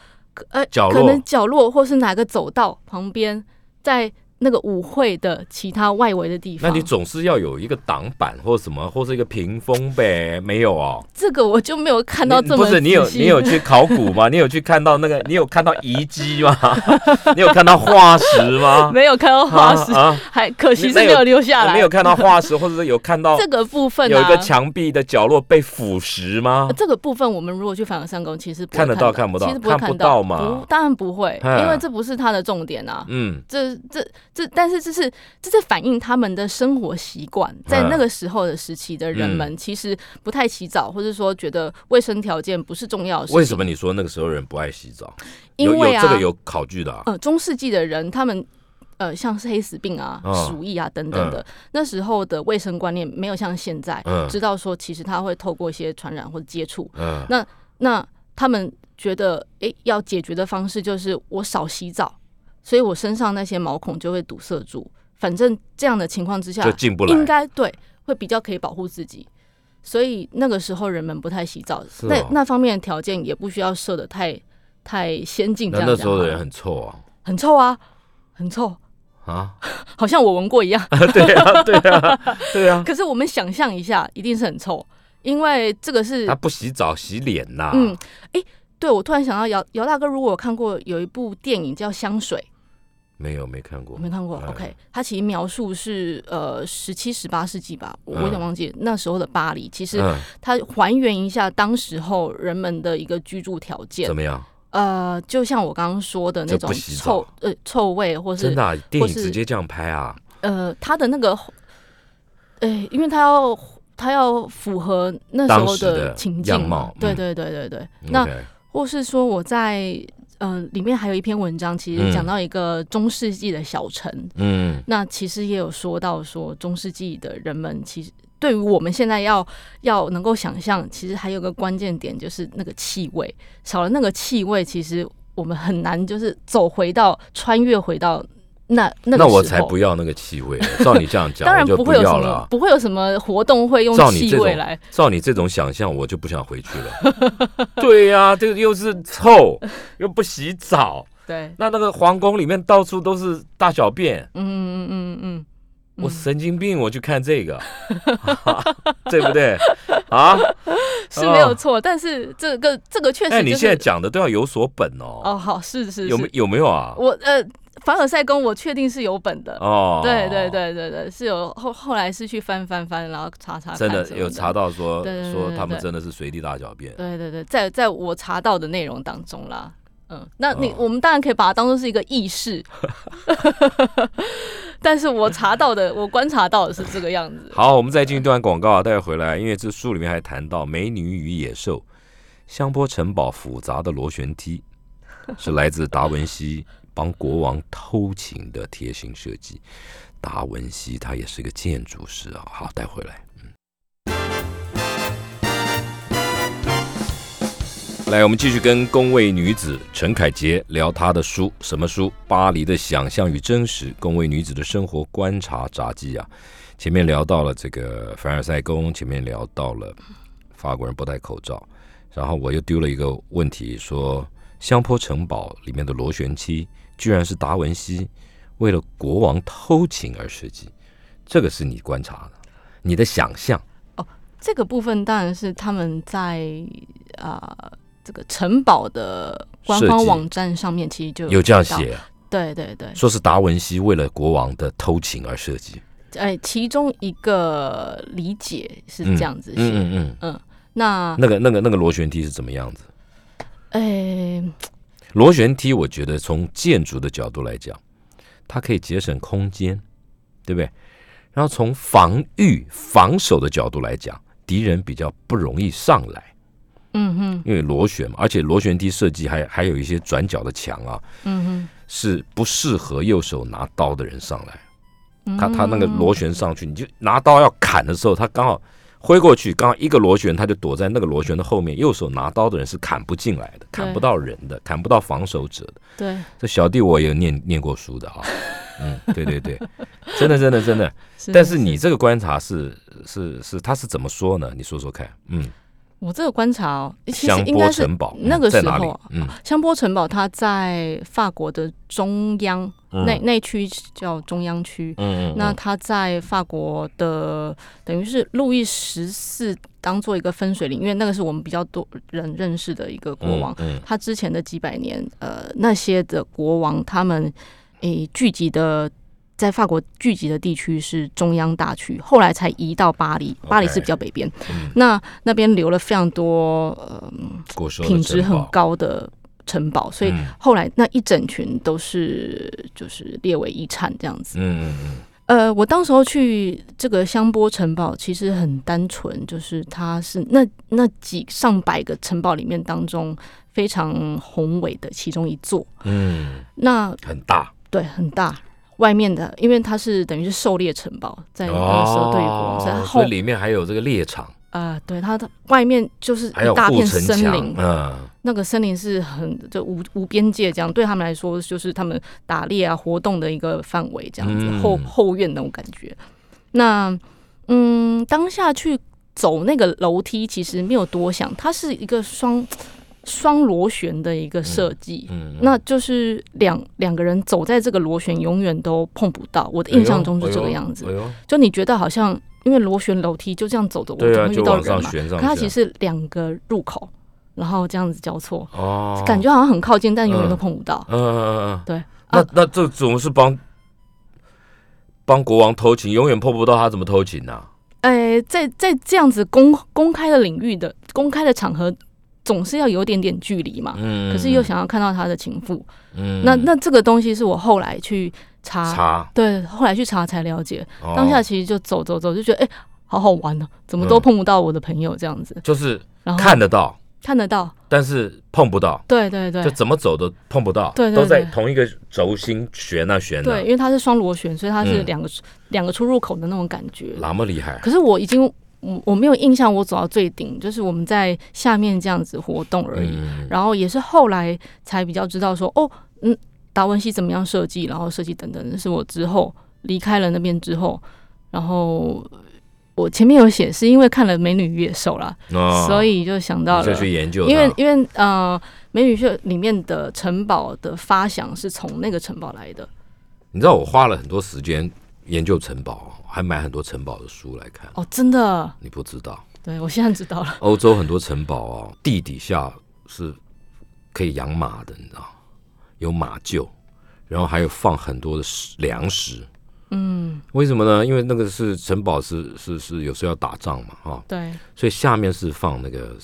Speaker 3: 呃
Speaker 2: 角
Speaker 3: 可能
Speaker 2: 落
Speaker 3: 角落或是哪个走道旁边，在那个舞会的其他外围的地
Speaker 2: 那
Speaker 3: 方。
Speaker 2: 你总是要有一个挡板或什么，或是一个屏风呗？没有哦。
Speaker 3: 这个我就没有看到
Speaker 2: 你
Speaker 3: 这么
Speaker 2: 不是你有
Speaker 3: 仔细
Speaker 2: 你有去考古吗？你有去看到那个？你有看到遗迹吗？ 你有看到化石吗？
Speaker 3: 没有看到化石，
Speaker 2: 啊啊
Speaker 3: 还可惜
Speaker 2: 你
Speaker 3: 是
Speaker 2: 那
Speaker 3: 没
Speaker 2: 有
Speaker 3: 有留下
Speaker 2: 你
Speaker 3: 来。
Speaker 2: 没有看到化石，或者是有看到
Speaker 3: 这个部分、啊、
Speaker 2: 有一个墙壁的角落被腐蚀吗
Speaker 3: 呃？这个部分，我们如果去凡尔赛宫，其实不会
Speaker 2: 看得到看
Speaker 3: 看
Speaker 2: 不到
Speaker 3: 其实不会
Speaker 2: 看不到
Speaker 3: 到
Speaker 2: 嘛
Speaker 3: 不，当然不会，
Speaker 2: 哎
Speaker 3: 因为这不是它的重点啊。
Speaker 2: 嗯，
Speaker 3: 这这这，但是这是这是反映他们的生活习惯，
Speaker 2: 哎
Speaker 3: 在那个时候的时期的人
Speaker 2: 嗯
Speaker 3: 们其实不太洗澡，或者说觉得卫生条件不是重要的事情。
Speaker 2: 为什么？你说那个时候人不爱洗澡？
Speaker 3: 因为
Speaker 2: 有有
Speaker 3: 啊，
Speaker 2: 这个有考据的啊。
Speaker 3: 呃，中世纪的人他们。呃，像是黑死病啊、
Speaker 2: 哦
Speaker 3: 鼠疫啊等等的，那时候的卫生观念没有像现在、
Speaker 2: 嗯
Speaker 3: 知道说，其实它会透过一些传染或者接触，
Speaker 2: 嗯，
Speaker 3: 那他们觉得，诶，要解决的方式就是我少洗澡，所以我身上那些毛孔就会堵塞住。反正这样的情况之下
Speaker 2: 就，进不来
Speaker 3: 应。该对会比较可以保护自己。所以那个时候人们不太洗澡，
Speaker 2: 是哦
Speaker 3: 那那方面的条件也不需要设的太太先进。这
Speaker 2: 那
Speaker 3: 样啊
Speaker 2: 那
Speaker 3: 讲
Speaker 2: 时候
Speaker 3: 好
Speaker 2: 的
Speaker 3: 了
Speaker 2: 人很臭啊
Speaker 3: 很臭啊，很臭，
Speaker 2: 啊！
Speaker 3: 好像我闻过一样。
Speaker 2: 对啊，对啊，对啊，
Speaker 3: 可 是我们想象一下，一定是很臭，因为这个是
Speaker 2: 他不洗澡洗脸呐、
Speaker 3: 嗯，哎、对我突然想到姚姚大哥，如果有看过有一部电影叫《香水》，
Speaker 2: 没有没看过，
Speaker 3: 我没看过。
Speaker 2: 嗯
Speaker 3: OK，它其实描述是呃十七、十八世纪吧，我
Speaker 2: 嗯
Speaker 3: 有点忘记、那时候的巴黎。其实
Speaker 2: 嗯，
Speaker 3: 它还原一下当时候人们的一个居住条件
Speaker 2: 怎，么样？
Speaker 3: 呃，就像我刚刚说的那
Speaker 2: 就
Speaker 3: 种
Speaker 2: 不洗
Speaker 3: 臭
Speaker 2: 澡
Speaker 3: 呃臭味，或
Speaker 2: 真
Speaker 3: 是
Speaker 2: 的啊、电影
Speaker 3: 或是
Speaker 2: 直接这样拍啊？
Speaker 3: 呃它的那个，哎、因为它要。它要符合那时
Speaker 2: 当
Speaker 3: 候
Speaker 2: 时的
Speaker 3: 情境
Speaker 2: 样
Speaker 3: 嘛
Speaker 2: 貌
Speaker 3: 对
Speaker 2: 嗯
Speaker 3: 对对对对。那
Speaker 2: OK
Speaker 3: 或是说我在呃里面还有一篇文章，其实
Speaker 2: 嗯
Speaker 3: 讲到一个中世纪的小城，
Speaker 2: 嗯，
Speaker 3: 那其实也有说到说中世纪的人们其实。对于我们现在要要能够想象，其实还有个关键点就是那个气味，少了那个气味，其实我们很难就是走回到穿越回到那那个
Speaker 2: 那我
Speaker 3: 时
Speaker 2: 才
Speaker 3: 候
Speaker 2: 不要那个气味。照你这样 讲，
Speaker 3: 当然
Speaker 2: 我就
Speaker 3: 会有什
Speaker 2: 要
Speaker 3: 么
Speaker 2: 了啊。
Speaker 3: 不会有什么活动会用
Speaker 2: 照你
Speaker 3: 气
Speaker 2: 这
Speaker 3: 味
Speaker 2: 种
Speaker 3: 来，
Speaker 2: 照你这种想象，我就不想回去了。 对呀、这个又是臭，又不洗澡，
Speaker 3: 对，
Speaker 2: 那那个皇宫里面到处都是大小便，
Speaker 3: 嗯嗯嗯嗯嗯，
Speaker 2: 我神经病，我去看这个， 对不对？啊，
Speaker 3: 是没有错，但是这个这个确实、就
Speaker 2: 哎，
Speaker 3: 是。
Speaker 2: 你现在讲的都要有所本哦。
Speaker 3: 哦，好，是是是，
Speaker 2: 有没有没有啊？
Speaker 3: 我呃，凡尔赛宫我确定是有本的。
Speaker 2: 哦，
Speaker 3: 对对，对对对，是有后后来是去翻翻翻，然后查查看
Speaker 2: 真的
Speaker 3: 什么的
Speaker 2: 有查。到说
Speaker 3: 对对对
Speaker 2: 说
Speaker 3: 对
Speaker 2: 他们
Speaker 3: 对
Speaker 2: 真的是随地大小便，
Speaker 3: 对对对，在在我查到的内容当中啦，嗯，那你、
Speaker 2: 哦
Speaker 3: 我们当然可以把它当做是一个轶 事， 但是我查到的，我观察到的是这个样子。
Speaker 2: 好，我们再进一段广告啊，待会回来，因为这书里面还谈到美女与野兽，香波城堡复杂的螺旋梯，是来自达文西帮国王偷情的贴心设计。达文西他也是个建筑师啊，好，待会来。嗯，来，我们继续跟宫位女子陈凯杰聊她的书，什么书？《巴黎的想象与真实：宫位女子的生活观察札记》啊。前面聊到了这个凡尔赛宫，前面聊到了法国人不戴口罩，然后我又丢了一个问题，说香坡城堡里面的螺旋梯居然是达文西为了国王偷情而设计，这个是你观察的，你的想象，
Speaker 3: 这个部分当然是他们在啊、这个城堡的官
Speaker 2: 设
Speaker 3: 方
Speaker 2: 计
Speaker 3: 网站上面其实就
Speaker 2: 有这样
Speaker 3: 提到，
Speaker 2: 写，
Speaker 3: 对对对，
Speaker 2: 说是达文西为了国王的偷情而设计，
Speaker 3: 哎，其中一个理解是这样子写。
Speaker 2: 嗯嗯嗯，
Speaker 3: 那
Speaker 2: 那个那个那个螺旋梯是怎么样子？
Speaker 3: 哎，
Speaker 2: 螺旋梯，我觉得从建筑的角度来讲，它可以节省空间，对不对？然后从防御、防守的角度来讲，敌人比较不容易上来，
Speaker 3: 嗯哼，
Speaker 2: 因为螺旋嘛，而且螺旋梯设计还还有一些转角的墙啊，
Speaker 3: 嗯哼，
Speaker 2: 是不适合右手拿刀的人上来。
Speaker 3: 嗯
Speaker 2: 他他那个螺旋上去，你就拿刀要砍的时候，他刚好挥过去，刚好一个螺旋，他就躲在那个螺旋的后面，右手拿刀的人是砍不进来的，砍不到人的，砍不到防守者的。
Speaker 3: 对，
Speaker 2: 这小弟我也有念念过书的啊，嗯，对对对，真的真的真 的。
Speaker 3: 是
Speaker 2: 但是你这个观察是是是，他是怎么说呢？你说说看，嗯，
Speaker 3: 我这个观察哦，其实
Speaker 2: 香
Speaker 3: 应
Speaker 2: 波
Speaker 3: 该是
Speaker 2: 城堡
Speaker 3: 那个
Speaker 2: 嗯在
Speaker 3: 时
Speaker 2: 哪里
Speaker 3: 候啊？
Speaker 2: 嗯，
Speaker 3: 香波城堡，它在法国的中央那
Speaker 2: 嗯
Speaker 3: 那一区叫中央区。
Speaker 2: 嗯嗯
Speaker 3: 那它在法国的等于是路易十四当做一个分水岭，因为那个是我们比较多人认识的一个国王。
Speaker 2: 嗯
Speaker 3: 他之前的几百年，呃，那些的国王他们诶、聚集的，在法国聚集的地区是中央大区，后来才移到巴黎，巴黎是比较北边。
Speaker 2: 嗯
Speaker 3: 那那边留了非常多呃
Speaker 2: 果实
Speaker 3: 品质很，高的城堡，所以
Speaker 2: 嗯
Speaker 3: 后来那一整群都是就是列为遗产这样子。
Speaker 2: 嗯嗯
Speaker 3: 呃，我当时候去这个香波城堡，其实很单纯，就是它是那那几上百个城堡里面当中非常宏伟的其中一座。
Speaker 2: 嗯嗯，
Speaker 3: 那
Speaker 2: 很大
Speaker 3: 对很大，外面的因为它是等于是狩猎城堡，在那个时候对于国王在
Speaker 2: 哦
Speaker 3: 后
Speaker 2: 所以里面还有这个猎场，
Speaker 3: 啊、对它的外面就是
Speaker 2: 还有
Speaker 3: 一大
Speaker 2: 护
Speaker 3: 片
Speaker 2: 城
Speaker 3: 森
Speaker 2: 墙
Speaker 3: 林，，
Speaker 2: 嗯
Speaker 3: 那个森林是很就无无边界这样，对他们来说就是他们打猎啊活动的一个范围这样子，
Speaker 2: 嗯
Speaker 3: 后后院那种感觉。那嗯，当下去走那个楼梯其实没有多想，它是一个双双螺旋的一个设计。
Speaker 2: 嗯，嗯
Speaker 3: 那就是两两个人走在这个螺旋，永远都碰不到。我的印象中是这个样子。
Speaker 2: 哎呦，哎呦
Speaker 3: 就你觉得好像因为螺旋楼梯就这样走着，我
Speaker 2: 对
Speaker 3: 总
Speaker 2: 啊，
Speaker 3: 会
Speaker 2: 就
Speaker 3: 遇到
Speaker 2: 往
Speaker 3: 人
Speaker 2: 上
Speaker 3: 嘛。
Speaker 2: 旋上
Speaker 3: 可
Speaker 2: 去啊，
Speaker 3: 它其实两个入口，然后这样子交错，
Speaker 2: 哦，
Speaker 3: 感觉好像很靠近，但永远都
Speaker 2: 嗯
Speaker 3: 碰不到。
Speaker 2: 嗯，嗯嗯嗯，
Speaker 3: 对，
Speaker 2: 那
Speaker 3: 啊
Speaker 2: 那这总是帮帮国王偷情，永远碰不到他，怎么偷情啊呢？
Speaker 3: 哎，在在这样子公公开的领域的公开的场合，总是要有点点距离嘛。
Speaker 2: 嗯，
Speaker 3: 可是又，想要看到他的情妇，
Speaker 2: 嗯
Speaker 3: 那那这个东西是我后来去查，
Speaker 2: 查
Speaker 3: 对，后来去查才了解。
Speaker 2: 哦
Speaker 3: 当下其实就走走走，就觉得哎、好好玩哦，怎么
Speaker 2: 嗯
Speaker 3: 都碰不到我的朋友这样子，
Speaker 2: 就是
Speaker 3: 然后
Speaker 2: 看得到，
Speaker 3: 看得到，
Speaker 2: 但是碰不到，
Speaker 3: 对对哦对
Speaker 2: 就，怎么走都碰不到，
Speaker 3: 对对
Speaker 2: 都在
Speaker 3: 对
Speaker 2: 同一个轴心旋啊旋
Speaker 3: 对，
Speaker 2: 的，
Speaker 3: 因为它是双螺旋，所以它是
Speaker 2: 嗯
Speaker 3: 两个两、个出入口的那种感觉。
Speaker 2: 那么厉害，
Speaker 3: 可是我已经我我没有印象，我走到最顶，就是我们在下面这样子活动而已。
Speaker 2: 嗯，
Speaker 3: 然后也是后来才比较知道说，哦，嗯，达文西怎么样设计，然后设计等等，是我之后离开了那边之后，然后我前面有写是因为看了《美女与野兽》啦，
Speaker 2: 哦
Speaker 3: 所以就想到
Speaker 2: 你就
Speaker 3: 了。
Speaker 2: 去研究它，
Speaker 3: 因为因为呃，美女秀里面的城堡的发想是从那个城堡来的，
Speaker 2: 你知道我花了很多时间研究城堡，还买很多城堡的书来看，
Speaker 3: 哦，真的，
Speaker 2: 你不知道。
Speaker 3: 对我现在知道了。
Speaker 2: 欧洲很多城堡哦，地底下是可以养马的，你知道，有马厩，然后还有放很多的食粮食。嗯，为什么呢？因为那个是城堡是是是有时候要打仗嘛，哈、
Speaker 3: 对，
Speaker 2: 所以下面是放那个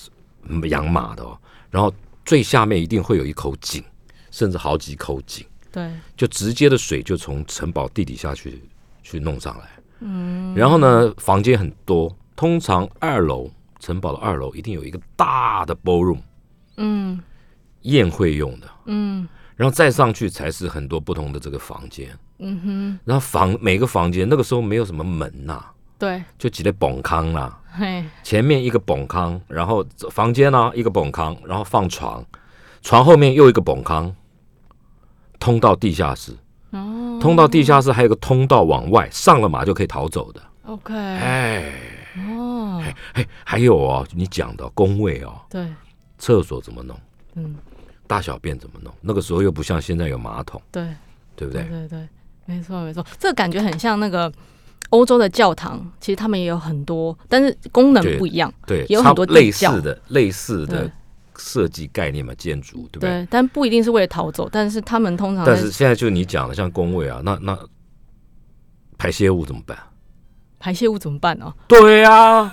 Speaker 2: 嗯养马的哦，然后最下面一定会有一口井，甚至好几口井，
Speaker 3: 对，
Speaker 2: 就直接的水就从城堡地底下去去弄上来。嗯，然后呢，房间很多，通常二楼城堡的二楼一定有一个大的 ballroom
Speaker 3: 嗯
Speaker 2: 宴会用的，
Speaker 3: 嗯
Speaker 2: 然后再上去才是很多不同的这个房间。
Speaker 3: 嗯哼，
Speaker 2: 然后房每个房间那个时候没有什么门呐、
Speaker 3: 对，
Speaker 2: 就几类蹦康啦、
Speaker 3: 嘿，
Speaker 2: 前面一个蹦康，然后房间呢、一个蹦康，然后放床，床后面又一个蹦康，通到地下室。
Speaker 3: 哦
Speaker 2: 通到地下室还有个通道往外，上了马就可以逃走的。
Speaker 3: ，OK，
Speaker 2: 哎，
Speaker 3: 哦，
Speaker 2: 还有哦，你讲的工位哦，
Speaker 3: 对，
Speaker 2: 厕所怎么弄，
Speaker 3: 嗯，
Speaker 2: 大小便怎么弄？那个时候又不像现在有马桶，
Speaker 3: 对，
Speaker 2: 对不
Speaker 3: 对
Speaker 2: 对？
Speaker 3: 对对，没错没错，这个感觉很像那个欧洲的教堂，其实他们也有很多，但是功
Speaker 2: 对
Speaker 3: 能不一样，
Speaker 2: 对，
Speaker 3: 有
Speaker 2: 差
Speaker 3: 很
Speaker 2: 不
Speaker 3: 多
Speaker 2: 类
Speaker 3: 地窖
Speaker 2: 似的类似
Speaker 3: 对
Speaker 2: 的设计概念嘛，建筑对不对？
Speaker 3: 对，但不一定是为了逃走，但是他们通常
Speaker 2: 但
Speaker 3: 在
Speaker 2: 是现在就你讲的，像工位啊，那那排泄物怎么 办？
Speaker 3: 排泄物怎么办呢、
Speaker 2: 对啊，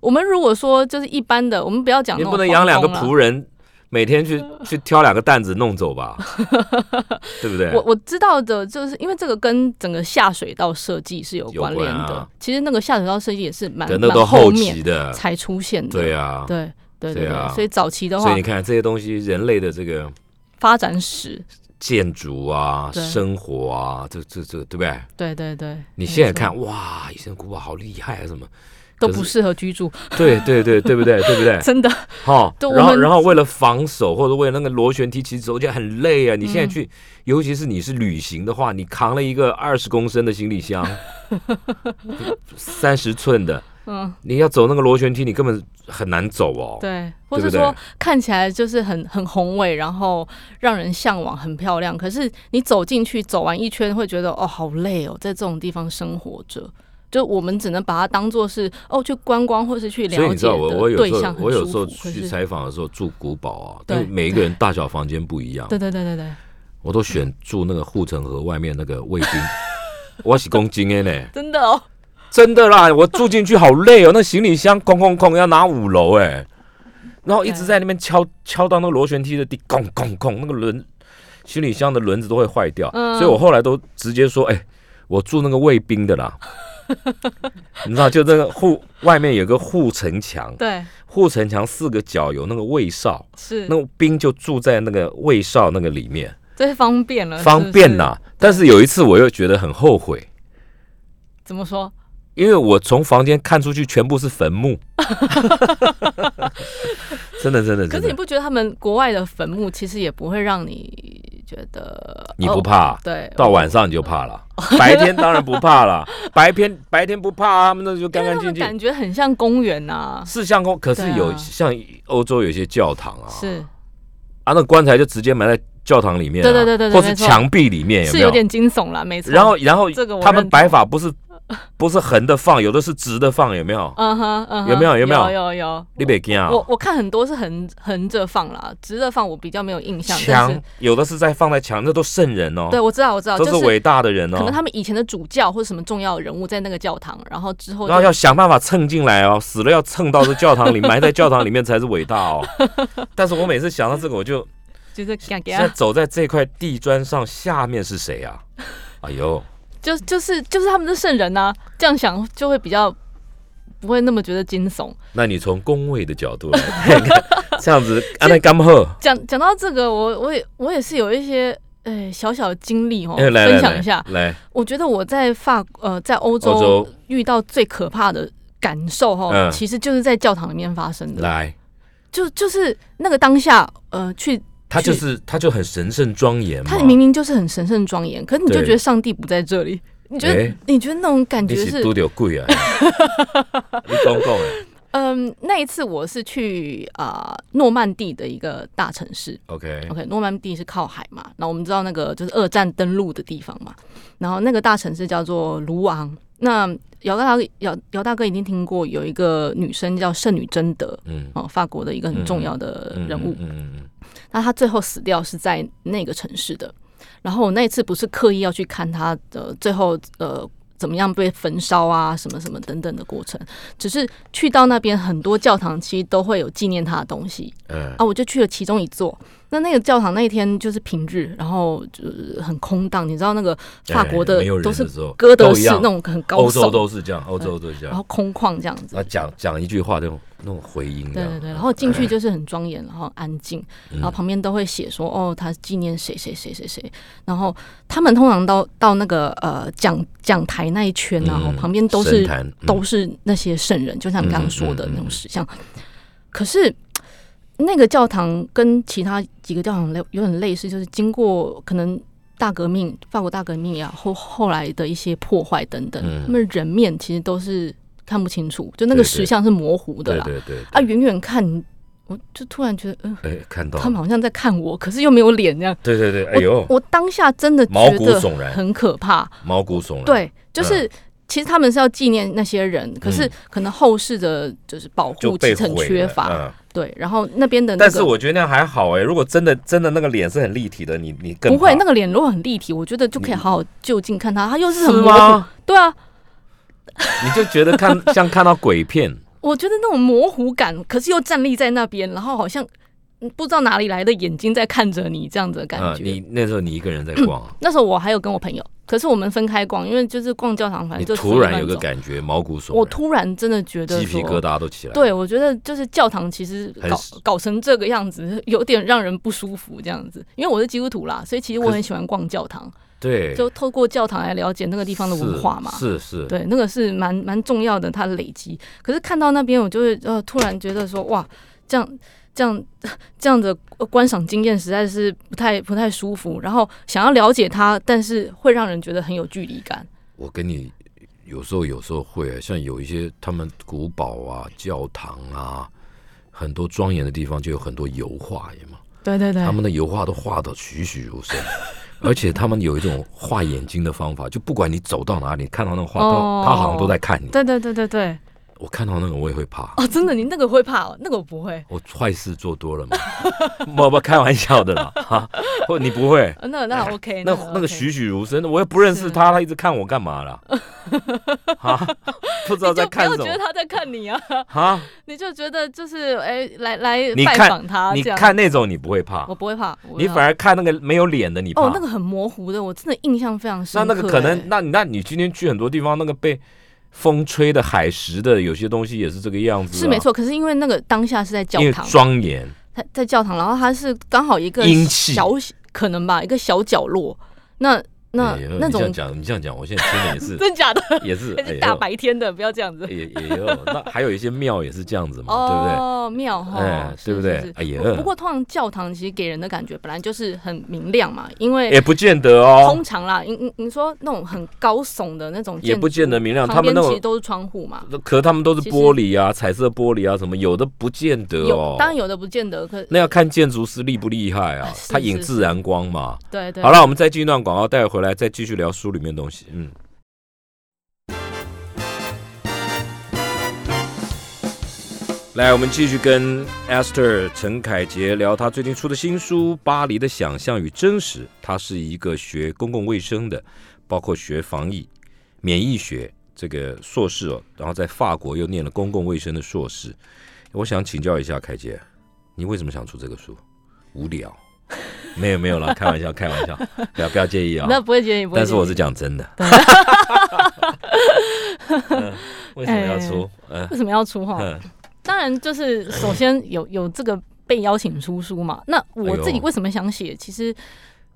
Speaker 3: 我们如果说就是一般的，我们不要讲
Speaker 2: 你
Speaker 3: 那种
Speaker 2: 不能养两个
Speaker 3: 皇宫啦
Speaker 2: 仆人，每天 去去挑两个担子弄走吧，对不对？
Speaker 3: 我我知道的就是，因为这个跟整个下水道设计是有
Speaker 2: 有
Speaker 3: 关联
Speaker 2: 关
Speaker 3: 的。
Speaker 2: 啊
Speaker 3: 其实那个下水道设计也是蛮
Speaker 2: 对，那
Speaker 3: 蛮
Speaker 2: 都后期
Speaker 3: 面
Speaker 2: 的，
Speaker 3: 才出现的。
Speaker 2: 对啊，
Speaker 3: 对对对
Speaker 2: 对啊
Speaker 3: 所以早期的
Speaker 2: 所以
Speaker 3: 话
Speaker 2: 你，看这些东西，人类的这个
Speaker 3: 发展史，
Speaker 2: 建筑啊、
Speaker 3: 对
Speaker 2: 生活啊，这这这，对不对？
Speaker 3: 对对对，
Speaker 2: 你现在
Speaker 3: 没错
Speaker 2: 看，哇，以前古堡好厉害啊，什么？
Speaker 3: 都
Speaker 2: 可是哎
Speaker 3: 不适合居住，
Speaker 2: 对对对，对不对？对不 对？
Speaker 3: 真的。
Speaker 2: 好
Speaker 3: 对，
Speaker 2: 然
Speaker 3: 我
Speaker 2: 后
Speaker 3: 们
Speaker 2: 然后为了防守或者为了那个螺旋梯，其实走起来很累啊。你现
Speaker 3: 嗯
Speaker 2: 在去，尤其是你是旅行的话，你扛了一个二十公升的行李箱， 三十寸的，
Speaker 3: 嗯，
Speaker 2: 你要走那个螺旋梯，你根本很难走哦。
Speaker 3: 对，或
Speaker 2: 对不
Speaker 3: 是
Speaker 2: 对
Speaker 3: 说看起来就是很很宏伟，然后让人向往，很漂亮。可是你走进去走完一圈，会觉得哦，好累哦，在这种地方生活着。就我们只能把它当做是哦，去观光或是去
Speaker 2: 所以
Speaker 3: 了
Speaker 2: 你知
Speaker 3: 解
Speaker 2: 道我我
Speaker 3: 的
Speaker 2: 有
Speaker 3: 对
Speaker 2: 时候
Speaker 3: 象很
Speaker 2: 我有
Speaker 3: 舒
Speaker 2: 时候
Speaker 3: 服可
Speaker 2: 去
Speaker 3: 是
Speaker 2: 采访的时候住古堡啊，因
Speaker 3: 对
Speaker 2: 为每一个人大小房间不一样，
Speaker 3: 对对对对对，
Speaker 2: 我都选住那个护城河外面那个卫 兵。我是公斤的呢，
Speaker 3: 真的哦，
Speaker 2: 真的啦！我住进去好累哦，那行李箱空空空要拿五楼哎，然后一直在那边敲敲到那个螺旋梯的地，空空空，那个轮行李箱的轮子都会坏掉，
Speaker 3: 嗯
Speaker 2: 所以我后来都直接说，哎，我住那个卫兵的 啦，你知道，就那个护外面有个护城墙，
Speaker 3: 对，
Speaker 2: 护城墙四个角有那个卫哨，
Speaker 3: 是，
Speaker 2: 那兵就住在那个卫哨那个里面，
Speaker 3: 这方便了，呃是
Speaker 2: 方
Speaker 3: 不
Speaker 2: 便
Speaker 3: 是
Speaker 2: 呐、但是有一次我又觉得很后悔，
Speaker 3: 怎么说？
Speaker 2: 因为我从房间看出去全部是坟 墓，真的真的
Speaker 3: 可
Speaker 2: 真
Speaker 3: 是你
Speaker 2: 的。
Speaker 3: 不觉得他们国外的坟墓其实也不会让你觉得
Speaker 2: 你不
Speaker 3: 哦
Speaker 2: 怕啊
Speaker 3: 对，
Speaker 2: 到
Speaker 3: 我
Speaker 2: 晚上你就怕了，白天当然不怕 了，白天白天不怕啊，他们那就干干
Speaker 3: 他
Speaker 2: 净
Speaker 3: 们
Speaker 2: 净
Speaker 3: 感。觉很像公园呐、
Speaker 2: 是像公，可是
Speaker 3: 对啊
Speaker 2: 有、像欧洲有一些教堂啊，
Speaker 3: 是
Speaker 2: 啊，那棺材就直接埋在教堂里面、啊，
Speaker 3: 对对对对对
Speaker 2: 或是
Speaker 3: 没错
Speaker 2: 墙壁里面，有
Speaker 3: 是
Speaker 2: 没
Speaker 3: 有点惊悚啦，没错。
Speaker 2: 然后，然后
Speaker 3: 这个我
Speaker 2: 他们
Speaker 3: 认同
Speaker 2: 摆法不 是不是横的放，有的是直的放，有没有？
Speaker 3: 嗯哼，嗯哼，
Speaker 2: 有没有有
Speaker 3: 有
Speaker 2: 没有
Speaker 3: 有有
Speaker 2: 你别惊啊！
Speaker 3: 我我看很多是横横着放啦，直着放我比较没有印象。但
Speaker 2: 墙
Speaker 3: 是
Speaker 2: 有的是在放在墙，那都圣人哦，
Speaker 3: 对，我知道我知道，
Speaker 2: 都
Speaker 3: 就是
Speaker 2: 伟大的人
Speaker 3: 可能
Speaker 2: 哦。
Speaker 3: 他们以前的主教或者什么重要人物在那个教堂，然后之后就
Speaker 2: 然后要想办法蹭进来哦，死了要蹭到这教堂里， 埋在教堂里面才是伟大 哦。但是我每次想到这个，我就
Speaker 3: 就是给给
Speaker 2: 现在
Speaker 3: 他，
Speaker 2: 走在这块地砖上，下面是谁啊？哎呦，
Speaker 3: 就就是就是他们的圣人呐、这样想就会比较不会那么觉得惊悚。
Speaker 2: 那你从工位的角度来看看，这样子，安那干后，
Speaker 3: 讲讲到这个，我我也我也是有一些呃小小的经历哦，
Speaker 2: 哎，来
Speaker 3: 分
Speaker 2: 来
Speaker 3: 享一下
Speaker 2: 来。，来，
Speaker 3: 我觉得我在法呃在欧
Speaker 2: 欧
Speaker 3: 洲
Speaker 2: 洲
Speaker 3: 遇到最可怕的感受哈、
Speaker 2: 嗯
Speaker 3: 其实就是在教堂里面发生的。
Speaker 2: 来，
Speaker 3: 就就是那个当下，呃，去
Speaker 2: 他就是他就很神圣庄严嘛。
Speaker 3: 他明明就是很神圣庄严，可是你就
Speaker 2: 对
Speaker 3: 觉得上帝不在这里，你觉得、
Speaker 2: 哎
Speaker 3: 你觉得那种感
Speaker 2: 你
Speaker 3: 觉
Speaker 2: 是
Speaker 3: 是
Speaker 2: 都得 贵啊，你讲讲哎
Speaker 3: 嗯、那一次我是去啊、呃诺曼底的一个大城市。
Speaker 2: ，OK，
Speaker 3: OK，诺曼底是靠海嘛，然后我们知道那个就是二战登陆的地方嘛，然后那个大城市叫做卢昂。那姚大哥，姚姚大哥一定听过有一个女生叫圣女贞德，
Speaker 2: 嗯，
Speaker 3: 哦，法国的一个很重要的
Speaker 2: 嗯
Speaker 3: 人物。
Speaker 2: 嗯嗯嗯
Speaker 3: 那他最后死掉是在那个城市的。然后我那一次不是刻意要去看他的最后呃怎么样被焚烧啊，什么什么等等的过程，只是去到那边很多教堂其实都会有纪念他的东西
Speaker 2: 嗯，嗯
Speaker 3: 啊，我就去了其中一座。那那个教堂那一天就是平日，然后就是很空荡，你知道那个法国
Speaker 2: 哎
Speaker 3: 的
Speaker 2: 没有人
Speaker 3: 都
Speaker 2: 的
Speaker 3: 是
Speaker 2: 时候
Speaker 3: 哥德
Speaker 2: 都一
Speaker 3: 式
Speaker 2: 样
Speaker 3: 那种很高嗯哦
Speaker 2: 欧洲
Speaker 3: 耸，
Speaker 2: 都是这样，欧洲都是这
Speaker 3: 然
Speaker 2: 样
Speaker 3: 后，空旷这样子
Speaker 2: 啊，。讲讲一句话那种那种回音这
Speaker 3: 对
Speaker 2: 样，嗯
Speaker 3: 对对，然后
Speaker 2: 哎
Speaker 3: 进去就是很庄严，然后安静，然后旁边都会写说哦，他纪念谁谁谁谁谁。然后他们通常到到那个呃讲讲台那一圈啊，然后
Speaker 2: 嗯
Speaker 3: 旁边都是
Speaker 2: 神坛嗯
Speaker 3: 都是那些圣人，就像你刚刚说
Speaker 2: 嗯
Speaker 3: 的
Speaker 2: 嗯嗯
Speaker 3: 那种石像。可是那个教堂跟其他几个教堂类有点类似，就是经过可能。大革命，法国大革命呀、后后来的一些破坏等等，
Speaker 2: 嗯
Speaker 3: 他们人面其实都是看不清楚，就那个
Speaker 2: 对对
Speaker 3: 石像是模糊的
Speaker 2: 对
Speaker 3: 啦。
Speaker 2: 对对，
Speaker 3: 啊，远远看，我就突然觉得，嗯、
Speaker 2: 哎，看到
Speaker 3: 他们好像在看我，可是又没有脸这样。
Speaker 2: 对对对，哎
Speaker 3: 我、
Speaker 2: 呦，
Speaker 3: 我当下真的
Speaker 2: 毛
Speaker 3: 觉
Speaker 2: 骨
Speaker 3: 得
Speaker 2: 悚然
Speaker 3: 很可怕。
Speaker 2: 毛骨悚然，，
Speaker 3: 对，
Speaker 2: 啊
Speaker 3: 就是、其实他们是要纪念那些人，可是可能后世的就是保
Speaker 2: 嗯就
Speaker 3: 护其
Speaker 2: 被
Speaker 3: 实很
Speaker 2: 毁
Speaker 3: 缺
Speaker 2: 了
Speaker 3: 乏。
Speaker 2: 嗯
Speaker 3: 对，然后那边的那
Speaker 2: 但
Speaker 3: 个
Speaker 2: 是我觉得那样还好哎，如果真的真的那个脸是很立体的，你你更
Speaker 3: 不会
Speaker 2: 怕
Speaker 3: 那个脸如果很立体，我觉得就可以好好就近看他，他又是很
Speaker 2: 是
Speaker 3: 模糊。
Speaker 2: 吗？
Speaker 3: 对啊，
Speaker 2: 你就觉得看像看到鬼片，
Speaker 3: 我觉得那种模糊感，可是又站立在那边，然后好像嗯不知道哪里来的眼睛在看着你这样子的感
Speaker 2: 啊，
Speaker 3: 觉。嗯
Speaker 2: 你那时候你一个人在逛啊，
Speaker 3: 那时候我还有跟我朋友，可是我们分开逛，因为就是逛教堂，反
Speaker 2: 你
Speaker 3: 啊正就
Speaker 2: 突然有
Speaker 3: 随便
Speaker 2: 个
Speaker 3: 乱走，
Speaker 2: 感觉毛骨悚然，
Speaker 3: 我突然真的觉得
Speaker 2: 鸡皮疙
Speaker 3: 说。
Speaker 2: 瘩都起来了，
Speaker 3: 对，我觉得就是教堂其实
Speaker 2: 很
Speaker 3: 搞搞成这个样子，有点让人不舒服这样子。因为我是基督徒啦，所以其实我
Speaker 2: 可是
Speaker 3: 很喜欢逛教堂，
Speaker 2: 对，
Speaker 3: 就透过教堂来了解那个地方的文化嘛。
Speaker 2: 是是，是，
Speaker 3: 对，那个是蛮蛮重要的，它的累积。可是看到那边，我就会呃突然觉得说，哇，这样这样这样的观赏经验实在是不太不太舒服。然后想要了解它，但是会让人觉得很有距离感。
Speaker 2: 我跟你有时候有时候会，啊像有一些他们古堡啊、教堂啊，很多庄严的地方就有很多油画也嘛，
Speaker 3: 对对对
Speaker 2: 他们的油画都画得栩栩如生。而且他们有一种画眼睛的方法，就不管你走到哪里，看到那个画，他、
Speaker 3: 哦
Speaker 2: 他好像都在看你。
Speaker 3: 对对对对对。
Speaker 2: 我看到那个我也会怕，
Speaker 3: 哦，真的，你那个会怕哦，那个我不会。
Speaker 2: 我坏事做多了嘛。 不不，开玩笑的啦，哈，或你不会，
Speaker 3: 呃那那 OK，
Speaker 2: 哎那
Speaker 3: 那
Speaker 2: 那个
Speaker 3: OK
Speaker 2: 栩栩如生，我又不认识
Speaker 3: 是
Speaker 2: 他，他一直看我干嘛 啦？啊，不知道
Speaker 3: 你
Speaker 2: 在
Speaker 3: 就不
Speaker 2: 看
Speaker 3: 要
Speaker 2: 什
Speaker 3: 觉得
Speaker 2: 么
Speaker 3: 他在看你啊，
Speaker 2: 啊？
Speaker 3: 你就觉得就是哎，来来
Speaker 2: 你
Speaker 3: 拜
Speaker 2: 看
Speaker 3: 访他
Speaker 2: 你
Speaker 3: 这样。
Speaker 2: 看那种你不会怕
Speaker 3: 我，不会怕，我不会
Speaker 2: 你
Speaker 3: 怕
Speaker 2: 反而看那个没有脸的你怕。
Speaker 3: 哦，那个很模糊的，我真的印象非常深
Speaker 2: 那
Speaker 3: 刻。
Speaker 2: 那个可
Speaker 3: 哎
Speaker 2: 能，那你那你今天去很多地方，那个被风吹的、海蚀的，有些东西也是这个样子、啊。
Speaker 3: 是没，错，可是因为那个当下是在教
Speaker 2: 因为
Speaker 3: 堂，
Speaker 2: 庄严，
Speaker 3: 在在教堂，然后它是刚好一个
Speaker 2: 阴气
Speaker 3: 小可能吧，一个小角落。那那、
Speaker 2: 哎呦
Speaker 3: 那
Speaker 2: 你这
Speaker 3: 种
Speaker 2: 样讲，你这样讲，我现在听的也 是
Speaker 3: 真假的，
Speaker 2: 也是
Speaker 3: 还
Speaker 2: 哎
Speaker 3: 是
Speaker 2: 呦
Speaker 3: 大白天的，不要这样子。
Speaker 2: 也也有，那还有一些庙也是这样子嘛，对不对？
Speaker 3: 哦，庙哈，
Speaker 2: 哎
Speaker 3: 是
Speaker 2: 对不对
Speaker 3: 是是
Speaker 2: 哎呀
Speaker 3: 不不过通常教堂其实给人的感觉本来就是很明亮嘛，因为
Speaker 2: 也不见得哦
Speaker 3: 通，常啦，你你你说那种很高耸的那种建筑，
Speaker 2: 也不见得明亮。他
Speaker 3: 旁
Speaker 2: 们
Speaker 3: 边
Speaker 2: 那
Speaker 3: 其
Speaker 2: 种
Speaker 3: 实，都是窗户嘛。
Speaker 2: 可他们都是玻璃啊，彩色玻璃啊，什么有的不见得哦
Speaker 3: 有，。当然有的不见得，可
Speaker 2: 那要看建筑师厉不厉害啊，
Speaker 3: 是
Speaker 2: 他引
Speaker 3: 是
Speaker 2: 自然光嘛。
Speaker 3: 对对。
Speaker 2: 好了，我们再进一段广告，待会回来再继续聊书里面的东西。嗯，来，我们继续跟 Esther 陈凯杰聊他最近出的新书《巴黎的想象与真实》。他是一个学公共卫生的，包括学防疫、免疫学这个硕士哦，然后在法国又念了公共卫生的硕士。我想请教一下凯杰，你为什么想出这个书？无聊？没有没有啦，开玩笑开玩笑，不要不要介意啊、
Speaker 3: 那不会介意，不会介
Speaker 2: 但
Speaker 3: 意。
Speaker 2: 是我是讲真的。嗯 为什么要
Speaker 3: 哎
Speaker 2: 出？嗯
Speaker 3: 为什么要出哈？
Speaker 2: 嗯，
Speaker 3: 当然就是首先有有这个被邀请出书嘛。那我
Speaker 2: 哎
Speaker 3: 自己为什么想写？其实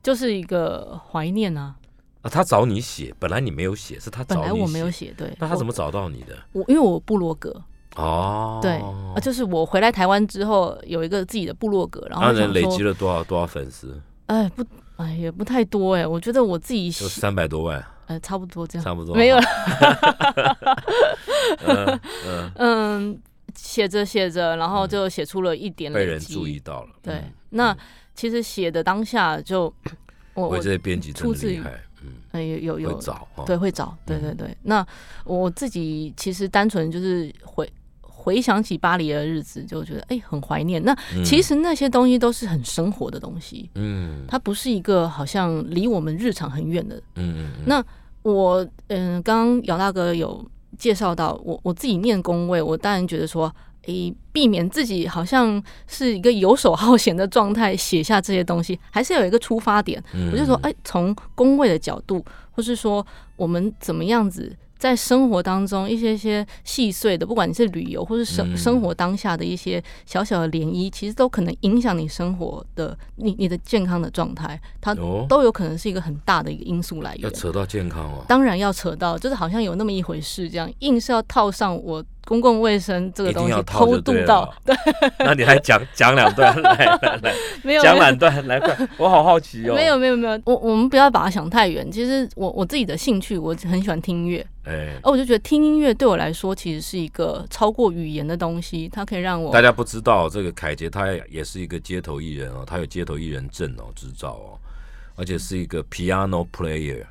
Speaker 3: 就是一个怀念啊。
Speaker 2: 啊，他找你写，本来你没有写，是他
Speaker 3: 本
Speaker 2: 找
Speaker 3: 来
Speaker 2: 你
Speaker 3: 我没有
Speaker 2: 写，
Speaker 3: 写，对。
Speaker 2: 那他怎么找到你的？
Speaker 3: 我？我因为我部落格，
Speaker 2: 哦，
Speaker 3: 对，啊，就是我回来台湾之后有一个自己的部落格，然
Speaker 2: 他
Speaker 3: 后
Speaker 2: 人
Speaker 3: 想
Speaker 2: 啊累积
Speaker 3: 说，
Speaker 2: 了多少多少粉丝？
Speaker 3: 哎，不，哎，也不太多哎。我觉得我自己
Speaker 2: 就
Speaker 3: 写，
Speaker 2: 三百多万，
Speaker 3: 呃，差不多这样。
Speaker 2: 差不多。
Speaker 3: 没有了，
Speaker 2: 嗯，嗯
Speaker 3: 嗯，写着写着，然后就写出了一点
Speaker 2: 被
Speaker 3: 累
Speaker 2: 人
Speaker 3: 积
Speaker 2: 注意到了。
Speaker 3: 对
Speaker 2: 嗯，
Speaker 3: 那其实写的当下就我
Speaker 2: 我
Speaker 3: 我
Speaker 2: 这些编辑真
Speaker 3: 出
Speaker 2: 的
Speaker 3: 自
Speaker 2: 厉
Speaker 3: 于
Speaker 2: 害，嗯，
Speaker 3: 呃有有有
Speaker 2: 会找嗯哈。
Speaker 3: 对，会找，对对对。那我自己其实单纯就是回回想起巴黎的日子，就觉得哎、很怀念。那
Speaker 2: 嗯
Speaker 3: 其，实那些东西都是很生活的东西，
Speaker 2: 嗯
Speaker 3: 它不是一个好像离我们日常很远的。
Speaker 2: 嗯嗯嗯，
Speaker 3: 那我嗯，刚刚姚大哥有介绍到我我自己念工位，我当然觉得说。诶，避免自己好像是一个游手好闲的状态，写下这些东西，还是要有一个出发点。
Speaker 2: 嗯
Speaker 3: 我就说，
Speaker 2: 嗯
Speaker 3: 哎，从工位的角度，或是说我们怎么样子在生活当中一些一些细碎的，不管你是旅游或是生
Speaker 2: 嗯
Speaker 3: 生活当下的一些小小的涟漪，其实都可能影响你生活的你你的健康的状态，它
Speaker 2: 哦
Speaker 3: 都有可能是一个很大的一个因素来
Speaker 2: 要
Speaker 3: 源。
Speaker 2: 扯到健康哦。
Speaker 3: 当然要扯到，就是好像有那么一回事，这样硬是要套上我公共卫生这个
Speaker 2: 一定
Speaker 3: 东
Speaker 2: 要
Speaker 3: 西，
Speaker 2: 套
Speaker 3: 偷
Speaker 2: 就
Speaker 3: 渡
Speaker 2: 对
Speaker 3: 到
Speaker 2: 了，对，那你还讲讲两段，来来来，
Speaker 3: 没有
Speaker 2: 讲
Speaker 3: 没有
Speaker 2: 两段，来 快， 我好好奇哦。
Speaker 3: 没有，没有没有，我我们不要把它想太远。其实我我自己的兴趣，我很喜欢听音乐，
Speaker 2: 哎，
Speaker 3: 而我就觉得听音乐对我来说其实是一个超过语言的东西，它可以让我
Speaker 2: 大家不知道这个凯杰他也是一个街头艺人哦，他有街头艺人证哦，执照哦，而且是一个 piano player，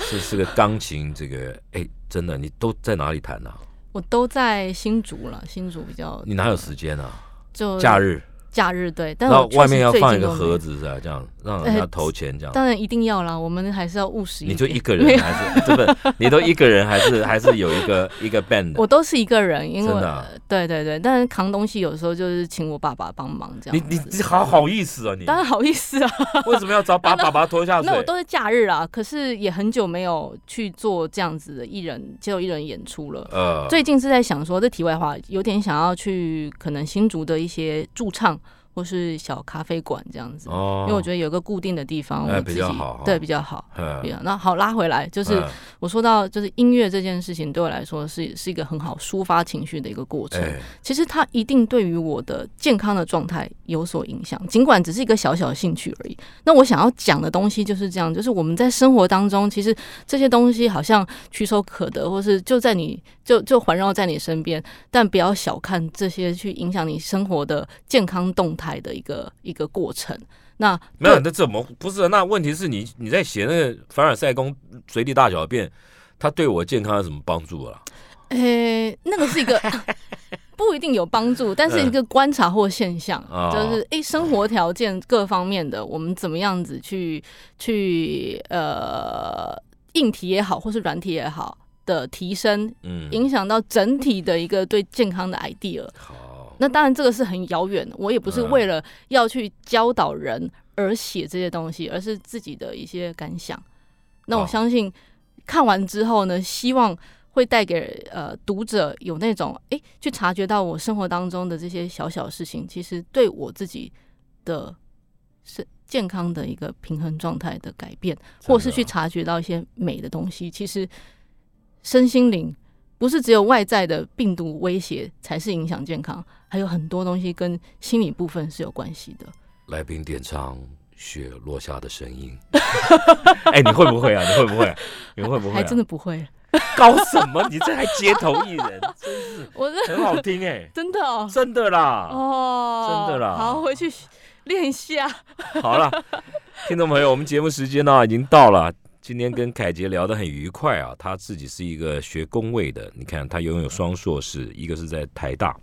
Speaker 2: 是是个钢琴这个，哎，真的，你都在哪里弹啊？
Speaker 3: 我都在新竹了，新竹比较
Speaker 2: 你哪有时间啊？
Speaker 3: 就
Speaker 2: 假日，
Speaker 3: 假日对，但
Speaker 2: 然
Speaker 3: 嗯我
Speaker 2: 后
Speaker 3: 确
Speaker 2: 外
Speaker 3: 实
Speaker 2: 面要
Speaker 3: 最
Speaker 2: 放
Speaker 3: 近
Speaker 2: 一个
Speaker 3: 都没
Speaker 2: 盒
Speaker 3: 有，
Speaker 2: 子啊，这样让人家
Speaker 3: 呃
Speaker 2: 投钱这样。
Speaker 3: 当然一定要啦，我们还是要务实一
Speaker 2: 你
Speaker 3: 点。
Speaker 2: 就一个
Speaker 3: 没
Speaker 2: 人
Speaker 3: 有
Speaker 2: 还是 对不对？你都一个人还是还是有一个一个 band 的
Speaker 3: 我都是一个人，因为
Speaker 2: 真的啊
Speaker 3: 对对对，但是扛东西有时候就是请我爸爸帮忙这
Speaker 2: 你
Speaker 3: 样
Speaker 2: 你
Speaker 3: 子
Speaker 2: 你好好意思啊你！
Speaker 3: 当然好意思 啊，
Speaker 2: 为什么要找把爸爸拖下水
Speaker 3: 那？我都是假日啊，可是也很久没有去做这样子的艺人街头艺人演出了。
Speaker 2: 呃，
Speaker 3: 最近是在想说，这题外话有点想要去可能新竹的一些驻唱或是小咖啡馆这样子，
Speaker 2: 哦
Speaker 3: 因为我觉得有个固定的地方，
Speaker 2: 哎
Speaker 3: 我自
Speaker 2: 比
Speaker 3: 己、
Speaker 2: 较好哈嗯
Speaker 3: 对比较好。
Speaker 2: 得
Speaker 3: 对啊，那好拉回来，就是我说到就是音乐这件事情对我来说是是一个很好抒发情绪的一个过程。
Speaker 2: 哎，
Speaker 3: 其实它一定对于我的健康的状态有所影响，尽管只是一个小小的兴趣而已。那我想要讲的东西就是这样，就是我们在生活当中，其实这些东西好像屈手可得，或是就在你就就环绕在你身边，但不要小看这些去影响你生活的健康动态的一个一个过程。那
Speaker 2: 没有，那怎么不是啊？那问题是你你在写那个凡尔赛宫随地大小便，它对我健康有什么帮助啊？
Speaker 3: 诶、呃那个是一个不一定有帮助，但是一个观察或现象，
Speaker 2: 哦
Speaker 3: 就是诶、生活条件各方面的，我们怎么样子去去呃硬体也好，或是软体也好的提升，
Speaker 2: 嗯，
Speaker 3: 影响到整体的一个对健康的 idea。
Speaker 2: 好，
Speaker 3: 那当然，这个是很遥远的，我也不是
Speaker 2: 哦嗯
Speaker 3: 为了要去教导人而写这些东西，而是自己的一些感想。那
Speaker 2: 好
Speaker 3: 我相信看完之后呢，希望会带给呃读者有那种诶，去察觉到我生活当中的这些小小事情，其实对我自己的是健康的一个平衡状态的改变，或是去
Speaker 2: 啊
Speaker 3: 察觉到一些美的东西。其实身心灵不是只有外在的病毒威胁才是影响健康，还有很多东西跟心理部分是有关系的。
Speaker 2: 来宾点唱《雪落下的声音》。哎，你会不会啊？你会不会啊？你会不会、啊？
Speaker 3: 还真的不 会，
Speaker 2: 搞什么？你这还街头艺人，真是
Speaker 3: 我是
Speaker 2: 很好听哎、
Speaker 3: 真的哦，
Speaker 2: 真的啦。
Speaker 3: 哦，
Speaker 2: 真的啦
Speaker 3: 好，回去练一下。
Speaker 2: 好了，听众朋友，我们节目时间呢、已经到了。今天跟凯杰聊得很愉快啊，他自己是一个学工位的，你看他拥有双硕士，一个是在台大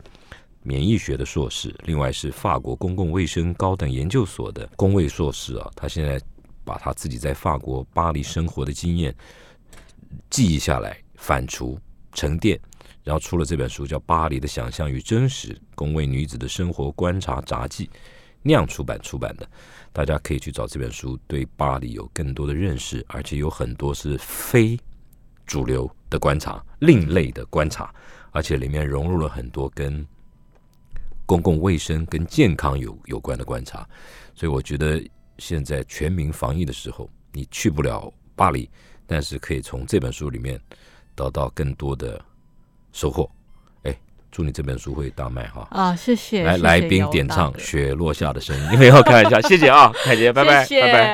Speaker 2: 免疫学的硕士，另外是法国公共卫生高等研究所的工位硕士啊。他现在把他自己在法国巴黎生活的经验记忆下来，反刍沉淀，然后出了这本书叫《巴黎的想象与真实：工位女子的生活观察杂记》，酿出版出版的。大家可以去找这本书，对巴黎有更多的认识，而且有很多是非主流的观察、另类的观察，而且里面融入了很多跟公共卫生、跟健康有有关的观察。所以我觉得现在全民防疫的时候，你去不了巴黎，但是可以从这本书里面得到更多的收获。哎，祝你这本书会大卖哈！
Speaker 3: 啊，谢谢。
Speaker 2: 来，
Speaker 3: 谢谢
Speaker 2: 来
Speaker 3: 姚
Speaker 2: 宾点
Speaker 3: 大
Speaker 2: 唱《
Speaker 3: 哥
Speaker 2: 雪落下的声音》，没有开玩笑，谢谢啊，凯杰，拜拜，
Speaker 3: 谢谢
Speaker 2: 拜拜。